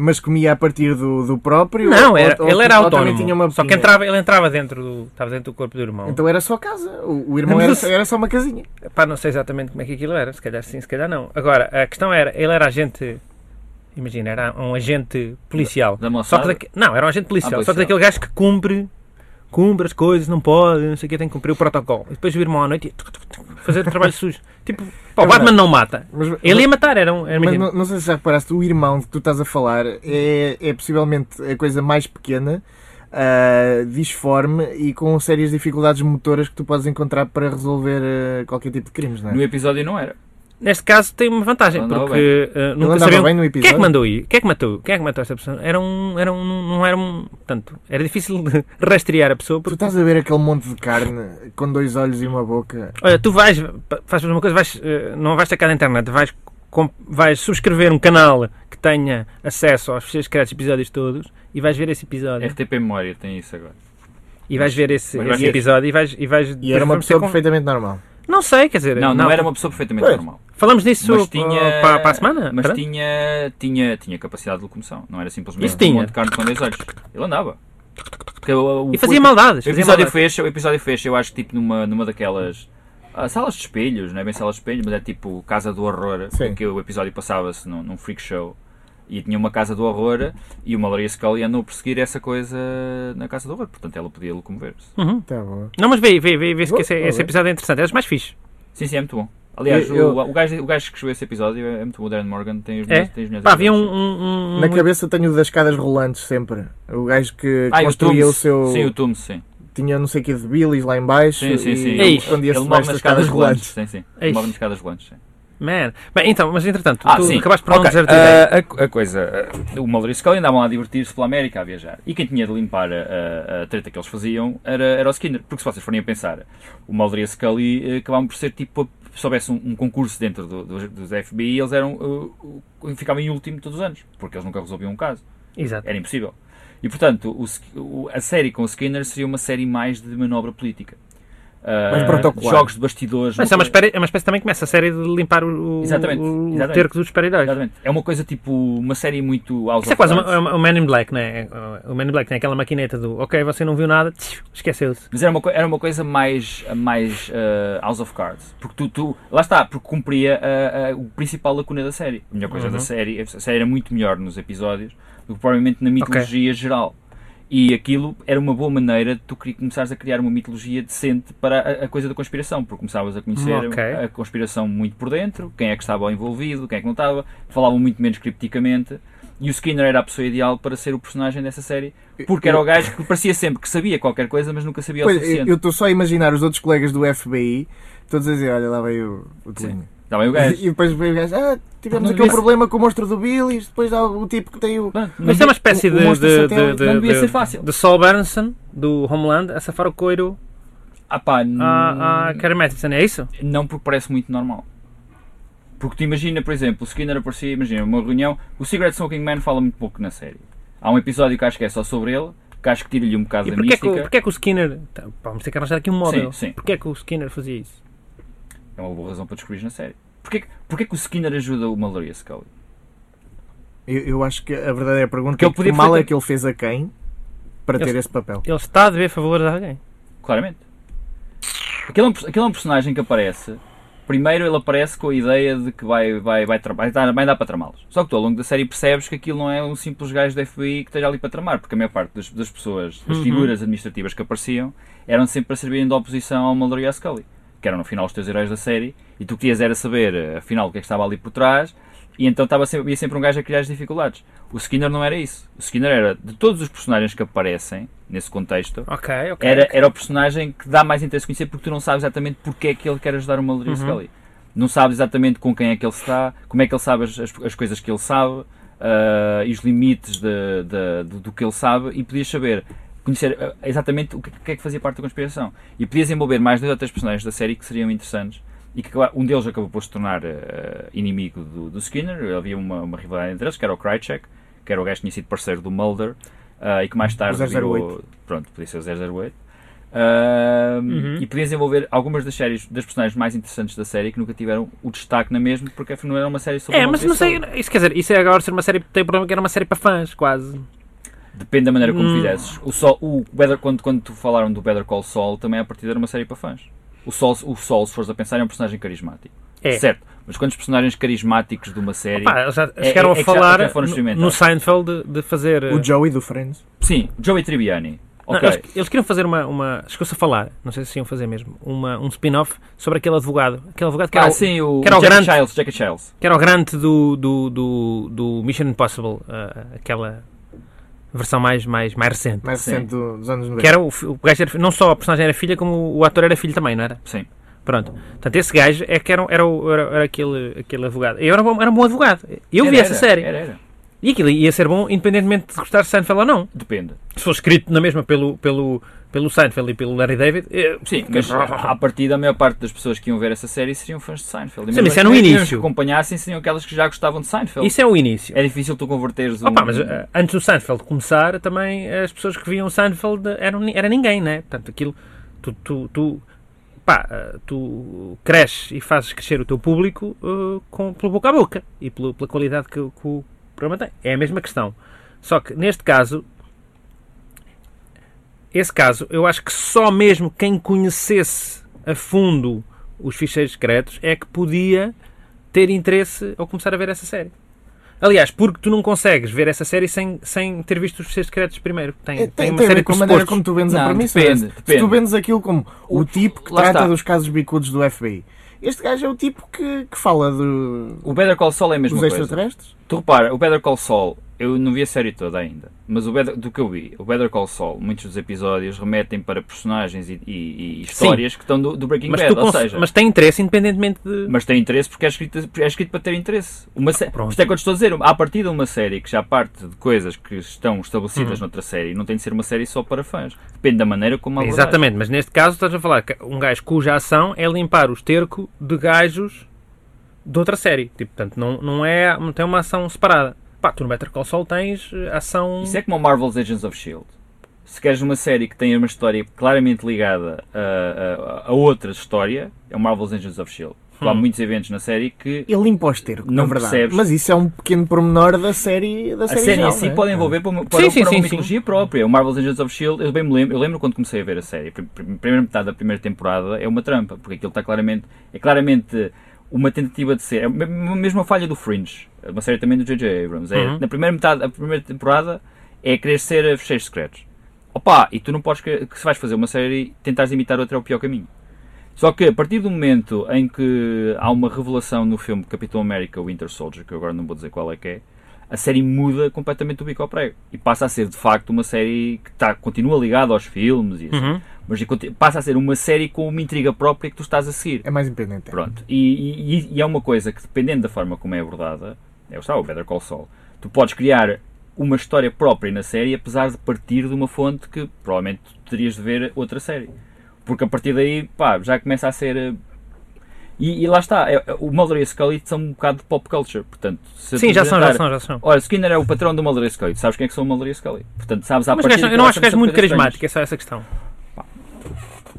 Speaker 3: Mas comia a partir do, do próprio.
Speaker 4: Não,
Speaker 3: ou-
Speaker 4: era,
Speaker 3: ou- tipo,
Speaker 4: ele era
Speaker 3: ou também
Speaker 4: autónomo.
Speaker 3: tinha uma
Speaker 4: só que
Speaker 3: pequena.
Speaker 4: entrava, ele entrava dentro do, estava dentro do corpo do irmão.
Speaker 3: Então era só casa. O, o irmão era,
Speaker 4: Mas-
Speaker 3: era só uma casinha.
Speaker 4: Pá, não sei exatamente como é que aquilo era, se calhar sim, se calhar não. Agora, a questão era, ele era agente, imagina, era um agente policial.
Speaker 5: Da
Speaker 4: só que
Speaker 5: moçada.
Speaker 4: daque- não, era um agente policial,
Speaker 5: Ah,
Speaker 4: só que daquele
Speaker 5: policial.
Speaker 4: gajo que cumpre, cumpre as coisas, não pode, não sei o que, tem que cumprir o protocolo. E depois o irmão à noite ia tuc, tuc, tuc, fazer o trabalho sujo. Tipo, pá, o
Speaker 3: É
Speaker 4: Batman
Speaker 3: verdade.
Speaker 4: não mata.
Speaker 3: Mas,
Speaker 4: Ele ia matar, era um. Era,
Speaker 3: mas
Speaker 4: imagina,
Speaker 3: não, não sei se já reparaste, o irmão de que tu estás a falar é, é possivelmente a coisa mais pequena, ah, disforme e com sérias dificuldades motoras que tu podes encontrar para resolver ah, qualquer tipo de crimes, não é?
Speaker 5: No episódio não era.
Speaker 4: Neste caso tem uma vantagem,
Speaker 5: Andava
Speaker 4: porque eh,
Speaker 3: Ele
Speaker 4: nunca
Speaker 3: andava
Speaker 4: sabiam
Speaker 3: bem no
Speaker 4: Quem é que
Speaker 3: episódio.
Speaker 4: mandou ir? Quem é que matou? Quem é que matou esta pessoa? Era um. Era um não era um. Portanto, era difícil de rastrear a pessoa.
Speaker 3: Tu
Speaker 4: Porque,
Speaker 3: estás a ver aquele monte de carne com dois olhos e uma boca.
Speaker 4: olha, tu vais. pa- Fazes uma coisa, vais, eh, não vais tacar na internet, vais, com- vais subscrever um canal que tenha acesso aos seus secretos episódios todos e vais ver esse episódio.
Speaker 5: RTP Memória tem isso agora.
Speaker 4: E vais ver esse,
Speaker 5: É Mas
Speaker 4: esse
Speaker 5: vai ser-
Speaker 4: episódio e vais. E, vais
Speaker 3: E era uma
Speaker 4: vamos ter
Speaker 3: pessoa
Speaker 4: con-
Speaker 3: perfeitamente normal.
Speaker 4: Não sei, quer dizer.
Speaker 5: Não, não,
Speaker 4: na
Speaker 5: era
Speaker 4: altura-
Speaker 5: uma pessoa perfeitamente
Speaker 3: Pois.
Speaker 5: normal.
Speaker 4: Falamos nisso
Speaker 5: Mas tinha-
Speaker 4: para, para a semana?
Speaker 5: Mas
Speaker 4: perdão?
Speaker 5: tinha, tinha, tinha capacidade de locomoção. Não era simplesmente
Speaker 4: Isso tinha.
Speaker 5: um monte de carne com dois olhos. Ele andava. Porque o- o-
Speaker 4: E fazia
Speaker 5: o-
Speaker 4: maldades.
Speaker 5: O
Speaker 4: fazia
Speaker 5: episódio,
Speaker 4: maldades.
Speaker 5: fecha, o episódio fecha, eu acho que tipo numa, numa daquelas ah, salas de espelhos, não é bem salas de espelhos, mas é tipo Casa do Horror,
Speaker 3: Sim.
Speaker 5: porque o episódio passava-se num, num freak show e tinha uma Casa do Horror e o Malaria Scully andou a perseguir essa coisa na Casa do Horror, portanto ela podia locomover-se.
Speaker 4: Uhum.
Speaker 3: Tá bom.
Speaker 4: Não, mas vê, vê, vê, vê se que esse,
Speaker 3: Vou- vou
Speaker 4: esse
Speaker 3: ver.
Speaker 4: episódio é interessante. É os mais fixe.
Speaker 5: Sim, sim, é muito bom. Aliás,
Speaker 3: Eu- eu-
Speaker 5: O, o, gajo, o gajo que escreveu esse episódio é muito bom, o Darren Morgan, tem os
Speaker 4: É?
Speaker 5: melhores- tem os melhores
Speaker 4: Pá, havia um.
Speaker 5: episódios.
Speaker 4: um, um
Speaker 3: Na cabeça tenho o das escadas rolantes sempre. O gajo que
Speaker 5: Ah, e o
Speaker 3: construía
Speaker 5: Toomes.
Speaker 3: o seu.
Speaker 5: Sim, o Toomes, sim.
Speaker 3: Tinha não sei o que de Billys lá em baixo
Speaker 5: Sim, sim, sim.
Speaker 3: e
Speaker 4: Ei,
Speaker 3: ele escondia-se
Speaker 5: Ele morre
Speaker 3: debaixo
Speaker 5: nas
Speaker 3: das escadas
Speaker 5: escadas rolantes.
Speaker 3: rolantes.
Speaker 5: Sim, sim.
Speaker 4: Eish.
Speaker 5: Ele morre nas escadas rolantes, sim.
Speaker 4: Man. Bem, então, mas entretanto,
Speaker 5: Ah,
Speaker 4: É tu
Speaker 5: sim.
Speaker 4: acabaste por não
Speaker 5: Ok,
Speaker 4: dizer a tua ideia.
Speaker 5: ah, a, a coisa, ah, o Mallory Scully andavam lá a divertir-se pela América, a viajar. E quem tinha de limpar a, a- a treta que eles faziam era, era o Skinner. Porque se vocês forem a pensar, o Mallory Scully eh, acabavam por ser tipo, se houvesse um, um concurso dentro do, do- dos FBI, eles eram, eh, ficavam em último todos os anos. Porque eles nunca resolviam um caso.
Speaker 4: Exato.
Speaker 5: Era impossível. E portanto, o Sk- o- a série com o Skinner seria uma série mais de manobra política. Ah,
Speaker 3: Mais protocolar.
Speaker 5: Jogos de bastidores.
Speaker 4: Mas é uma, espécie, é uma espécie também que começa a série de limpar o, o,
Speaker 5: Exatamente,
Speaker 4: o
Speaker 5: exatamente.
Speaker 4: terco dos super-heróis.
Speaker 5: Exatamente. É uma coisa tipo, uma série muito House
Speaker 4: Isso é
Speaker 5: of
Speaker 4: quase
Speaker 5: Cards.
Speaker 4: uma- uma- o Man in Black, não é? O Man in Black tem aquela maquineta do ok, você não viu nada, tchiu, esqueceu-se.
Speaker 5: Mas era uma, co- era uma coisa mais, mais eh, House of Cards. Porque tu, tu- lá está, porque cumpria a, a- o principal lacuna da série. A melhor coisa
Speaker 4: Uhum.
Speaker 5: da série, a série era muito melhor nos episódios do que provavelmente na mitologia geral. E aquilo era uma boa maneira de tu cri- começares a criar uma mitologia decente para a, a coisa da conspiração, porque começavas a conhecer
Speaker 4: Hum, ok.
Speaker 5: a conspiração muito por dentro, quem é que estava envolvido, quem é que não estava, falavam muito menos cripticamente. E o Skinner era a pessoa ideal para ser o personagem dessa série, porque era o gajo que parecia sempre que sabia qualquer coisa, mas nunca sabia o
Speaker 3: Pois, eu
Speaker 5: suficiente.
Speaker 3: eu estou só a imaginar os outros colegas do FBI todos a dizer: olha, lá veio o, o Tolinho.
Speaker 5: Está Tá bem o gajo.
Speaker 3: E depois veio o gajo: ah, tivemos
Speaker 5: Mas
Speaker 3: aquele
Speaker 5: isso-
Speaker 3: problema com o monstro do Billy, depois há o tipo que tem o.
Speaker 5: Pronto, não
Speaker 4: Mas isto é uma espécie
Speaker 3: o-
Speaker 4: de,
Speaker 3: o monstro
Speaker 4: de, de,
Speaker 3: satélite
Speaker 5: um- não
Speaker 4: de,
Speaker 5: devia ser
Speaker 4: de,
Speaker 5: fácil.
Speaker 4: de Saul Berenson, do Homeland, a safar o coiro
Speaker 5: Ah pá, n- Hum.
Speaker 4: à, à Carrie Mathison, é isso?
Speaker 5: não porque parece muito normal. Porque tu imagina, por exemplo, o Skinner aparecia, imagina, uma reunião, o Cigarette Smoking Man fala muito pouco na série. Há um episódio que acho que é só sobre ele, que acho que tira-lhe um bocado
Speaker 4: E
Speaker 5: da
Speaker 4: porquê que,
Speaker 5: mística.
Speaker 4: o- porquê que o Skinner. tá, pá, Vamos ter que arranjar aqui um móvel.
Speaker 5: Sim, sim.
Speaker 4: Porquê que o Skinner fazia isso?
Speaker 5: É uma boa razão para descobrir na série. Porquê, que- porquê que o Skinner ajuda o Malaria Scully?
Speaker 3: Eu, eu acho que a verdadeira pergunta
Speaker 5: Que
Speaker 3: que
Speaker 5: ele
Speaker 3: é que
Speaker 5: podia
Speaker 3: mal
Speaker 5: fazer-
Speaker 3: é que ele fez a quem para ter
Speaker 4: Ele-
Speaker 3: esse papel.
Speaker 4: Ele está a dever favores a alguém.
Speaker 5: Claramente. Aquele é, um, aquele é um personagem que aparece. Primeiro ele aparece com a ideia de que vai, vai, vai, tra- vai, dar, vai dar para tramá-los. Só que tu ao longo da série percebes que aquilo não é um simples gajo do FBI que esteja ali para tramar, porque a maior parte das, das pessoas, das
Speaker 4: Uhum.
Speaker 5: figuras administrativas que apareciam, eram sempre para servirem de oposição ao Mulder e à Scully, que eram no final os teus heróis da série, e tu querias era saber eh, afinal o que é que estava ali por trás, e então estava sempre, havia sempre um gajo a criar as dificuldades. O Skinner não era isso. O Skinner era, de todos os personagens que aparecem nesse contexto,
Speaker 4: Ok, ok.
Speaker 5: era, era o personagem que dá mais interesse conhecer porque tu não sabes exatamente porque é que ele quer ajudar o Mulder e a
Speaker 4: Uhum.
Speaker 5: Scully. Não sabes exatamente com quem é que ele está, como é que ele sabe as, as- as coisas que ele sabe ah, e os limites de- de- do- do que ele sabe e podias saber, conhecer ah, exatamente o que, o que é que fazia parte da conspiração. E podias envolver mais dois ou três personagens da série que seriam interessantes e que acaba- um deles acabou por se tornar ah, inimigo do, do Skinner. Havia uma, uma rivalidade entre eles, que era o Krychek, que era o gajo que tinha sido parceiro do Mulder ah, e que mais tarde
Speaker 3: 008.
Speaker 5: virou- Pronto, podia ser o 008. Ah,
Speaker 4: Uhum.
Speaker 5: E podia desenvolver algumas das séries das personagens mais interessantes da série que nunca tiveram o destaque na mesma, porque afinal não era uma série sobre
Speaker 4: É,
Speaker 5: uma
Speaker 4: mas não sei.
Speaker 5: pessoa.
Speaker 4: Isso quer dizer, isso é agora ser uma série. Tem o problema que era uma série para fãs, quase.
Speaker 5: Depende da maneira como
Speaker 4: Hum.
Speaker 5: fizesses. O Sol, o Better, quando, quando tu falaram do Better Call Saul, também é a partir era uma série para fãs. O Sol, o Sol, se fores a pensar, é um personagem carismático.
Speaker 4: É.
Speaker 5: Certo, mas quantos personagens carismáticos de uma série.
Speaker 4: Pá, eles já
Speaker 5: É-
Speaker 4: chegaram
Speaker 5: é-
Speaker 4: a
Speaker 5: é que já-
Speaker 4: falar
Speaker 5: já foram
Speaker 4: no,
Speaker 5: experimentados.
Speaker 4: no Seinfeld de, de fazer.
Speaker 5: Eh,
Speaker 3: O Joey do Friends.
Speaker 5: Sim, Joey Tribbiani.
Speaker 4: Não,
Speaker 5: Ok.
Speaker 4: eles, eles queriam fazer uma. uma Chegou-se a falar, não sei se iam fazer mesmo, uma, um spin-off sobre aquele advogado. Aquele advogado que,
Speaker 5: Ah,
Speaker 4: era, o-
Speaker 5: sim, o,
Speaker 4: que era o
Speaker 5: Jackie
Speaker 4: grande-
Speaker 5: Childs, Jackie Childs.
Speaker 4: que era o grande do, do, do, do Mission Impossible, ah, aquela versão mais, mais, mais recente.
Speaker 3: Mais
Speaker 5: Sim.
Speaker 3: recente do- dos anos 90.
Speaker 4: Que era o, fi- o gajo era fi- não só a personagem era filha, como o ator era filho também, não era?
Speaker 5: Sim.
Speaker 4: Pronto. Portanto, esse gajo é que era, era, o- era, era aquele, aquele advogado. Eu era, um bom- era um bom advogado. Eu
Speaker 5: Era,
Speaker 4: vi essa
Speaker 5: era,
Speaker 4: série.
Speaker 5: Era, era.
Speaker 4: E aquilo ia ser bom, independentemente de gostar de Seinfeld ou não.
Speaker 5: Depende.
Speaker 4: Se for escrito na mesma pelo, pelo, pelo Seinfeld e pelo Larry David, eh,
Speaker 5: Sim, mas à partida, a maior parte das pessoas que iam ver essa série seriam fãs de Seinfeld. E
Speaker 4: Sim,
Speaker 5: mesmo
Speaker 4: mas isso é
Speaker 5: as
Speaker 4: no
Speaker 5: mesmas
Speaker 4: início.
Speaker 5: que acompanhassem seriam aquelas que já gostavam de Seinfeld.
Speaker 4: isso é o início.
Speaker 5: É difícil tu converteres um...
Speaker 4: Opa, mas eh, antes do Seinfeld começar, também as pessoas que viam o Seinfeld eram, ni- era ninguém, né? Portanto, aquilo, tu, tu, tu, pá, eh, tu cresces e fazes crescer o teu público eh, com, pelo boca a boca e pelo- pela qualidade que, o- que o programa tem. É a mesma questão. Só que neste caso, esse caso, eu acho que só mesmo quem conhecesse a fundo os ficheiros secretos é que podia ter interesse ao começar a ver essa série. Aliás, porque tu não consegues ver essa série sem, sem ter visto os ficheiros secretos primeiro. Tem,
Speaker 3: É,
Speaker 4: tem
Speaker 3: tem,
Speaker 4: uma
Speaker 3: tem a
Speaker 4: série
Speaker 3: ver
Speaker 4: de
Speaker 3: com a maneira
Speaker 4: pressupostos.
Speaker 3: como tu vendes a
Speaker 5: Não,
Speaker 3: premissa. é?
Speaker 5: depende,
Speaker 3: Se- Se
Speaker 5: depende.
Speaker 3: tu vendes aquilo como o tipo que
Speaker 5: lá
Speaker 3: trata
Speaker 5: está.
Speaker 3: dos casos bicudos do FBI. Este gajo é o tipo que, que fala do-
Speaker 5: O Better Call Saul é a mesma
Speaker 3: dos
Speaker 5: coisa.
Speaker 3: extraterrestres.
Speaker 5: Tu repara, o Better Call Saul, eu não vi a série toda ainda, mas o Better- do que eu vi, o Better Call Saul, muitos dos episódios remetem para personagens e, e- e histórias que estão do, do Breaking
Speaker 4: mas,
Speaker 5: Bad,
Speaker 4: tu
Speaker 5: ou
Speaker 4: cons-
Speaker 5: seja...
Speaker 4: mas tem interesse independentemente de.
Speaker 5: mas tem interesse porque é escrito, é escrito para ter interesse. Uma sé...
Speaker 4: pronto.
Speaker 5: Isto é o que eu te estou a dizer. À partida de uma série que já parte de coisas que estão
Speaker 4: Uhum.
Speaker 5: estabelecidas noutra série, não tem de ser uma série só para fãs. Depende da maneira como a abordares.
Speaker 4: Exatamente, mas neste caso estás a falar que um gajo cuja ação é limpar o esterco de gajos de outra série. Tipo, portanto, não, não, é, não tem uma ação separada. Pá, tu no Better Call Saul tens eh, ação.
Speaker 5: Isso é como o Marvel's Agents of S.H.I.E.L.D. Se queres uma série que tenha uma história claramente ligada a, a- a outra história, é o Marvel's Agents of S.H.I.E.L.D. Há muitos eventos na série que
Speaker 3: Ele limpa o esterco, na
Speaker 5: Não
Speaker 3: verdade.
Speaker 5: percebes.
Speaker 3: Mas isso é um pequeno pormenor da série da
Speaker 5: A
Speaker 3: série,
Speaker 5: série em
Speaker 3: geral,
Speaker 5: si
Speaker 3: não é?
Speaker 5: pode envolver para uma, para,
Speaker 4: Sim, sim,
Speaker 5: para uma
Speaker 4: sim,
Speaker 5: mitologia própria. O Marvel's Agents of S.H.I.E.L.D., eu bem me lembro, eu lembro quando comecei a ver a série, a prim- prim- primeira metade da primeira temporada é uma trampa, porque aquilo está claramente, é claramente uma tentativa de ser, é me- me- mesmo a falha do Fringe, é uma série também do J.J. Abrams, é,
Speaker 4: Uhum.
Speaker 5: na primeira metade, a primeira temporada é querer ser a fecheiros secretos. Opa, e tu não podes, que, que se vais fazer uma série, tentares imitar outra é o pior caminho. Só que a partir do momento em que há uma revelação no filme Capitão América Winter Soldier, que eu agora não vou dizer qual é que é, a série muda completamente do bico ao prego e passa a ser de facto uma série que tá, continua ligada aos filmes e assim,
Speaker 4: Uhum.
Speaker 5: mas e conti- passa a ser uma série com uma intriga própria que tu estás a seguir.
Speaker 3: É mais independente.
Speaker 5: Pronto. E, e- e é uma coisa que, dependendo da forma como é abordada, é o está, o Better Call Saul, tu podes criar uma história própria na série, apesar de partir de uma fonte que provavelmente tu terias de ver outra série. Porque a partir daí, pá, já começa a ser. eh, E, e lá está, é- é- o Mulder e a Scully são um bocado de pop culture, portanto... se
Speaker 4: Sim,
Speaker 5: tu
Speaker 4: já são, já
Speaker 5: apresentar-
Speaker 4: são, já são.
Speaker 5: Olha, Skinner é o patrão do Mulder e Scully. Tu sabes quem é que são o Mulder e Scully. Portanto, sabes à
Speaker 4: Mas
Speaker 5: partida
Speaker 4: gajo, eu
Speaker 5: que
Speaker 4: não
Speaker 5: elas
Speaker 4: acho que és
Speaker 5: são
Speaker 4: muito
Speaker 5: coisas estranhas.
Speaker 4: carismático, é só essa questão.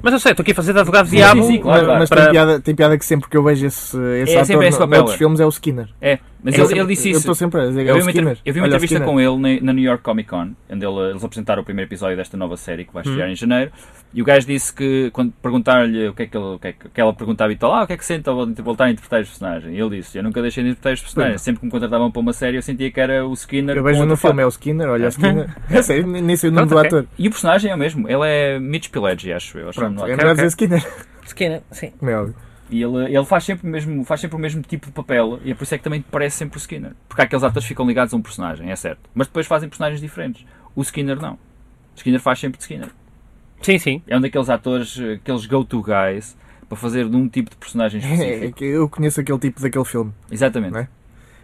Speaker 4: Mas eu sei, estou aqui a fazer de advogado diabo.
Speaker 5: sim, claro,
Speaker 3: Mas,
Speaker 5: claro.
Speaker 3: mas tem,
Speaker 4: para-
Speaker 3: piada, tem piada que sempre que eu vejo esse, esse
Speaker 5: É
Speaker 3: ator
Speaker 5: sempre esse
Speaker 3: no-
Speaker 5: papel,
Speaker 3: noutros
Speaker 5: é.
Speaker 3: filmes é o Skinner.
Speaker 5: É, mas
Speaker 3: Eu
Speaker 5: ele,
Speaker 3: sempre-
Speaker 5: ele disse
Speaker 3: eu
Speaker 5: isso.
Speaker 3: estou sempre a dizer, é
Speaker 5: Eu
Speaker 3: o
Speaker 5: vi uma,
Speaker 3: Skinner.
Speaker 5: entrev- eu vi uma
Speaker 3: Olha, o
Speaker 5: entrevista
Speaker 3: Skinner.
Speaker 5: com ele na, na New York Comic Con, onde ele- eles apresentaram o primeiro episódio desta nova série que vai estrear
Speaker 3: Hum.
Speaker 5: em janeiro. E o gajo disse que, quando perguntaram-lhe o que é que, ele, o que é que- aquela pergunta habitual, ah, o que é que sente ao de voltar a interpretar este personagem? E ele disse, eu nunca deixei de interpretar este personagem. Sempre que me contratavam para uma série, eu sentia que era o Skinner.
Speaker 3: Eu
Speaker 5: com
Speaker 3: vejo
Speaker 5: outra
Speaker 3: no filme,
Speaker 5: face."
Speaker 3: é o Skinner, olha o Skinner. É sério, nem nem sei o nome do
Speaker 4: Pronto, ok.
Speaker 3: ator.
Speaker 5: E o personagem é o mesmo. Ele é Mitch Pileggi, acho eu. acho o nome
Speaker 3: Pronto,
Speaker 5: do
Speaker 3: é
Speaker 5: ator.
Speaker 3: melhor
Speaker 4: ok.
Speaker 3: dizer Skinner.
Speaker 5: né?
Speaker 4: Pequena, sim.
Speaker 3: Como é óbvio.
Speaker 5: E ele, ele faz, sempre o mesmo, faz sempre o mesmo tipo de papel e é por isso é que também parece sempre o Skinner. Porque há aqueles atores que ficam ligados a um personagem, é certo. Mas depois fazem personagens diferentes. O Skinner não. O Skinner faz sempre de Skinner.
Speaker 4: Sim, sim.
Speaker 5: É um daqueles atores, eh, aqueles go-to guys, para fazer de um tipo de personagem
Speaker 3: É
Speaker 5: específico.
Speaker 3: que Eu conheço aquele tipo daquele filme.
Speaker 5: Exatamente.
Speaker 3: Não é?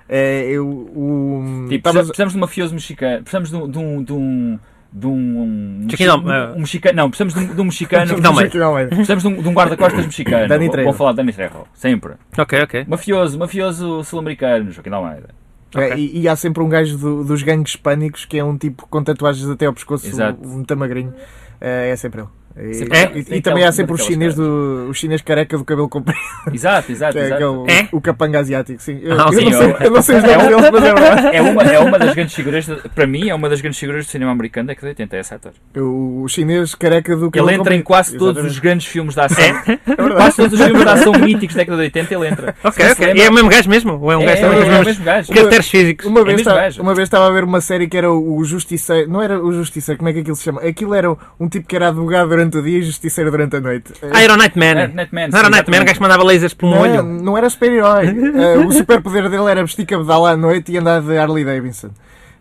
Speaker 3: É, eu, o...
Speaker 5: Tipo,
Speaker 3: tava-
Speaker 5: precisamos, precisamos de um mafioso mexicano. Precisamos de um. De um, de um de um,
Speaker 4: Chiquinho,
Speaker 5: um-
Speaker 4: não, eh,
Speaker 5: um mexicano. Não, precisamos de um, de um mexicano.
Speaker 4: Chiquinho, não,
Speaker 5: precisamos,
Speaker 4: mas-
Speaker 3: Chiquinho Almeida.
Speaker 5: de um, de um guarda-costas mexicano.
Speaker 3: Danny
Speaker 5: Vou-
Speaker 3: Trejo.
Speaker 5: Vou falar de Danny Trejo, sempre.
Speaker 4: Ok, ok.
Speaker 5: Mafioso, mafioso sul-americano, Joaquim de Almeida.
Speaker 3: É,
Speaker 4: Ok.
Speaker 3: e, e há sempre um gajo do- dos gangues hispânicos que é um tipo com tatuagens até ao pescoço,
Speaker 5: Exato.
Speaker 3: um muito magrinho. É, é sempre ele. E,
Speaker 5: Sempre
Speaker 4: ele.
Speaker 3: e-
Speaker 5: Tem
Speaker 3: e também há
Speaker 5: aquelas-
Speaker 3: sempre o
Speaker 5: aquelas
Speaker 3: chinês, do, o chinês careca do cabelo comprido,
Speaker 5: Exato, exato,
Speaker 3: que é,
Speaker 5: exato.
Speaker 3: aquele-
Speaker 4: É?
Speaker 3: o capanga asiático. Sim. Eu,
Speaker 4: Ah,
Speaker 3: eu
Speaker 4: sim,
Speaker 3: não sei,
Speaker 5: eu-
Speaker 3: eu não sei os nomes
Speaker 5: É um-
Speaker 3: deles, mas é verdade.
Speaker 5: É uma, é uma das grandes figuras, de- para mim, é uma das grandes figuras do cinema americano da década de 80, é esse ator.
Speaker 3: O, o chinês careca do cabelo
Speaker 5: Ele entra em
Speaker 3: comprido.
Speaker 5: quase todos
Speaker 3: Exatamente.
Speaker 5: os grandes filmes da ação.
Speaker 3: É verdade.
Speaker 5: Quase todos os filmes da ação míticos da década de 80 ele entra.
Speaker 4: Ok, ok. E é o mesmo gajo mesmo? Ou é um
Speaker 5: É,
Speaker 4: gajo também com
Speaker 5: é, é
Speaker 4: os
Speaker 5: o
Speaker 4: mesmos
Speaker 5: mesmo gajo.
Speaker 4: caracteres físicos?
Speaker 3: Uma vez,
Speaker 5: É mesmo
Speaker 3: estava-
Speaker 5: gajo.
Speaker 3: uma vez estava a ver uma série que era o Justiceiro. Não era o Justiceiro, como é que aquilo se chama? Aquilo era um tipo que era advogado durante o dia e justiceiro durante a noite.
Speaker 4: Ah, era o Nightman.
Speaker 5: É, Nightman,
Speaker 4: Não era o Nightman, o
Speaker 5: sim, exatamente.
Speaker 4: gajo que mandava lasers pelo
Speaker 3: não,
Speaker 4: um olho.
Speaker 3: não era super-herói. Eh, o superpoder dele era vestir cabedal à noite e andar de Harley Davidson.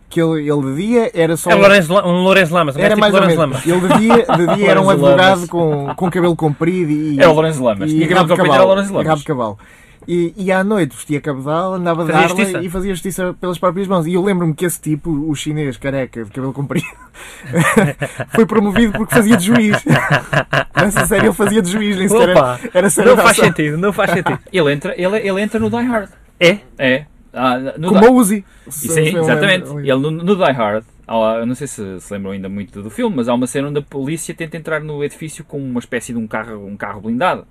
Speaker 3: Que ele, ele de dia era só.
Speaker 4: É
Speaker 3: um-
Speaker 4: Lorenzo La- um Lourenço Lamas, um gajo
Speaker 3: era
Speaker 4: tipo
Speaker 3: mais ou
Speaker 4: Lourenço
Speaker 3: menos.
Speaker 4: Lamas.
Speaker 3: Ele de dia, de dia era um
Speaker 5: Lourenço
Speaker 3: advogado
Speaker 5: Lamas.
Speaker 3: com, com cabelo comprido e.
Speaker 4: É
Speaker 5: Era É o Lorenzo Lamas.
Speaker 3: E
Speaker 5: Tinha
Speaker 3: rabo
Speaker 5: cabelo
Speaker 3: de
Speaker 5: comprido, era o Lorenzo
Speaker 3: cavalo. e
Speaker 5: Lamas.
Speaker 3: rabo de cavalo. E, e à noite vestia cabedal, andava de
Speaker 4: Fazia
Speaker 3: Harley
Speaker 4: justiça.
Speaker 3: e fazia justiça pelas próprias mãos. E eu lembro-me que esse tipo, o chinês careca de cabelo comprido, foi promovido porque fazia de juiz. Nessa série ele fazia de juiz, nem sequer era,
Speaker 4: Opa,
Speaker 3: era série
Speaker 4: Não
Speaker 3: de
Speaker 4: faz
Speaker 3: ação.
Speaker 4: sentido, não faz sentido.
Speaker 5: Ele entra, ele, ele entra no Die Hard.
Speaker 4: É?
Speaker 5: É. Ah, no
Speaker 3: Como um
Speaker 5: Die...
Speaker 3: a Uzi.
Speaker 5: Sim,
Speaker 3: Se- se eu
Speaker 5: exatamente.
Speaker 3: lembro-
Speaker 5: Ele no, no Die Hard, há lá- eu não sei se se lembram ainda muito do filme, mas há uma cena onde a polícia tenta entrar no edifício com uma espécie de um carro, um carro blindado.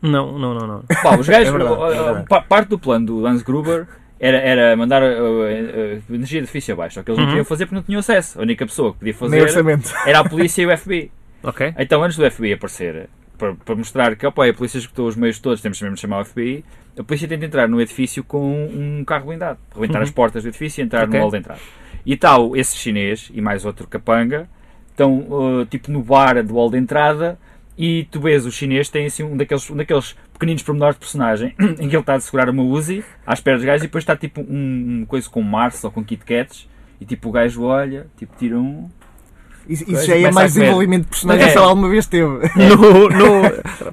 Speaker 4: Não, não, não, não.
Speaker 5: Pá, os gajos,
Speaker 3: É verdade,
Speaker 5: uh, uh,
Speaker 3: é verdade.
Speaker 5: pa- parte do plano do Hans Gruber era, era mandar uh, uh, energia de edifício abaixo, só que eles não
Speaker 4: Uhum.
Speaker 5: podiam fazer porque não tinham acesso. A única pessoa que podia
Speaker 3: Nem
Speaker 5: fazer
Speaker 3: orçamento.
Speaker 5: era a polícia e o FBI.
Speaker 4: Ok.
Speaker 5: Então, antes do FBI aparecer, para, para mostrar que opa, a polícia esgotou os meios todos, temos mesmo de chamar o FBI, a polícia tenta entrar no edifício com um carro blindado, rebentar
Speaker 4: Uhum.
Speaker 5: as portas do edifício e entrar
Speaker 4: Ok.
Speaker 5: no hall de entrada. E tal, esse chinês e mais outro capanga estão uh, tipo no bar do hall de entrada e tu vês o chinês tem assim um daqueles, um daqueles pequeninos pormenores de personagem em que ele está a segurar uma Uzi à espera dos gajos e depois está tipo um, um coisa com Mars ou com Kit Kats e tipo o gajo olha, tipo tira um
Speaker 3: Isso, isso
Speaker 5: Pois,
Speaker 3: já é
Speaker 5: começa a
Speaker 3: mais
Speaker 5: comer.
Speaker 3: desenvolvimento de personagem
Speaker 5: É.
Speaker 3: que só alguma vez teve.
Speaker 4: No, no...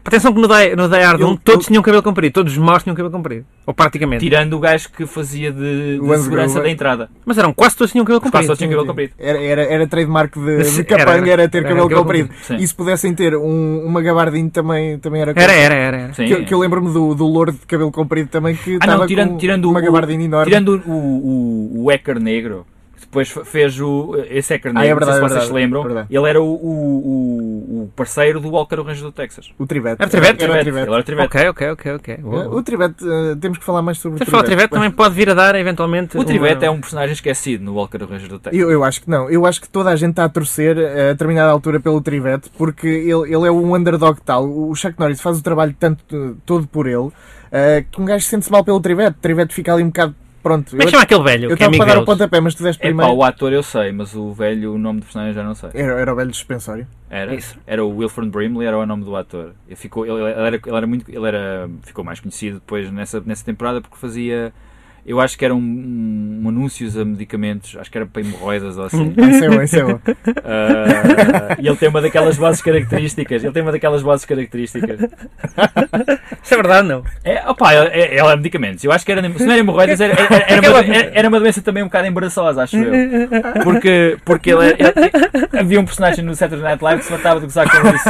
Speaker 4: Atenção que no Die, no Die Hard
Speaker 3: Eu-
Speaker 4: 1 todos
Speaker 3: eu-
Speaker 4: tinham cabelo comprido, todos os maus tinham cabelo comprido. Ou praticamente.
Speaker 5: tirando o gajo que fazia de, de
Speaker 3: O Hans
Speaker 5: segurança
Speaker 3: Gruber.
Speaker 5: da entrada.
Speaker 4: Mas eram quase todos tinham cabelo
Speaker 5: Os quase
Speaker 4: comprido.
Speaker 5: só tinham cabelo comprido.
Speaker 3: Era, era, era trademark de, de
Speaker 4: Sim,
Speaker 3: capanga, era,
Speaker 4: era-
Speaker 3: ter
Speaker 4: era
Speaker 3: cabelo
Speaker 4: cabelo
Speaker 3: comprido.
Speaker 5: comprido. Sim.
Speaker 3: E se pudessem ter um, uma gabardinha também, também era
Speaker 4: Era, era, era. era.
Speaker 5: Sim.
Speaker 3: Que, eu- que eu lembro-me do, do louro de cabelo comprido também que
Speaker 5: Ah,
Speaker 3: estava
Speaker 5: não, tirando,
Speaker 3: com
Speaker 5: tirando
Speaker 3: uma
Speaker 5: o-
Speaker 3: gabardina enorme.
Speaker 5: Tirando o, o, o hacker negro, que depois fe- fez o, esse hacker
Speaker 3: Ah,
Speaker 5: negro,
Speaker 3: é verdade,
Speaker 5: não sei
Speaker 3: é
Speaker 5: se vocês se
Speaker 3: verdade,
Speaker 5: lembram,
Speaker 3: é verdade.
Speaker 5: ele era o, o, o- o parceiro do Walker, o Ranger do Texas.
Speaker 3: O Trivete.
Speaker 4: Era o Trivete?
Speaker 3: Era o
Speaker 5: Ele
Speaker 3: Trivete.
Speaker 5: era o Trivete.
Speaker 4: Ok, ok, ok, ok.
Speaker 3: Eh, O Trivete, eh, temos que falar mais sobre
Speaker 4: Se falar o Trivete também pode vir a dar eventualmente.
Speaker 5: O Trivete
Speaker 4: uma-
Speaker 5: é um personagem esquecido no Walker, o Ranger do Texas.
Speaker 3: Eu, eu acho que não. Eu acho que toda a gente está a torcer eh, a determinada altura pelo Trivete porque ele, ele é um underdog tal. O Chuck Norris faz o trabalho tanto eh, todo por ele eh, que um gajo sente-se mal pelo Trivete. O Trivete fica ali um bocado. Pronto.
Speaker 4: Como é
Speaker 3: Eu
Speaker 4: que chama aquele velho?
Speaker 3: eu
Speaker 4: que é
Speaker 3: estava
Speaker 4: amigo
Speaker 3: para dar o
Speaker 4: deles?
Speaker 3: pontapé, mas tu deste
Speaker 5: É pá,
Speaker 3: primeiro.
Speaker 5: o ator eu sei, mas o velho, o nome do personagem já não sei.
Speaker 3: Era, era o velho suspensório.
Speaker 5: Era,
Speaker 4: Isso.
Speaker 5: era o Wilfred Brimley, era o nome do ator. Ele, ficou, ele, ele era, ele era muito, ele era, ficou mais conhecido depois nessa, nessa temporada porque fazia. Eu acho que era um, um anúncios a medicamentos, acho que era para hemorroidas ou assim.
Speaker 3: Ah, Isso é bom, isso é bom.
Speaker 5: Ah, e ele tem uma daquelas vozes características. Ele tem uma daquelas vozes características.
Speaker 4: Isso é verdade, não?
Speaker 5: É, opa, é, é, é medicamentos. Eu acho que era, se não era hemorroidas, era, era, era uma, era- era uma doença também um bocado embaraçosa, acho eu. Porque, porque ele, ele- havia um personagem no Saturday Night Live que se matava de gozar com isso.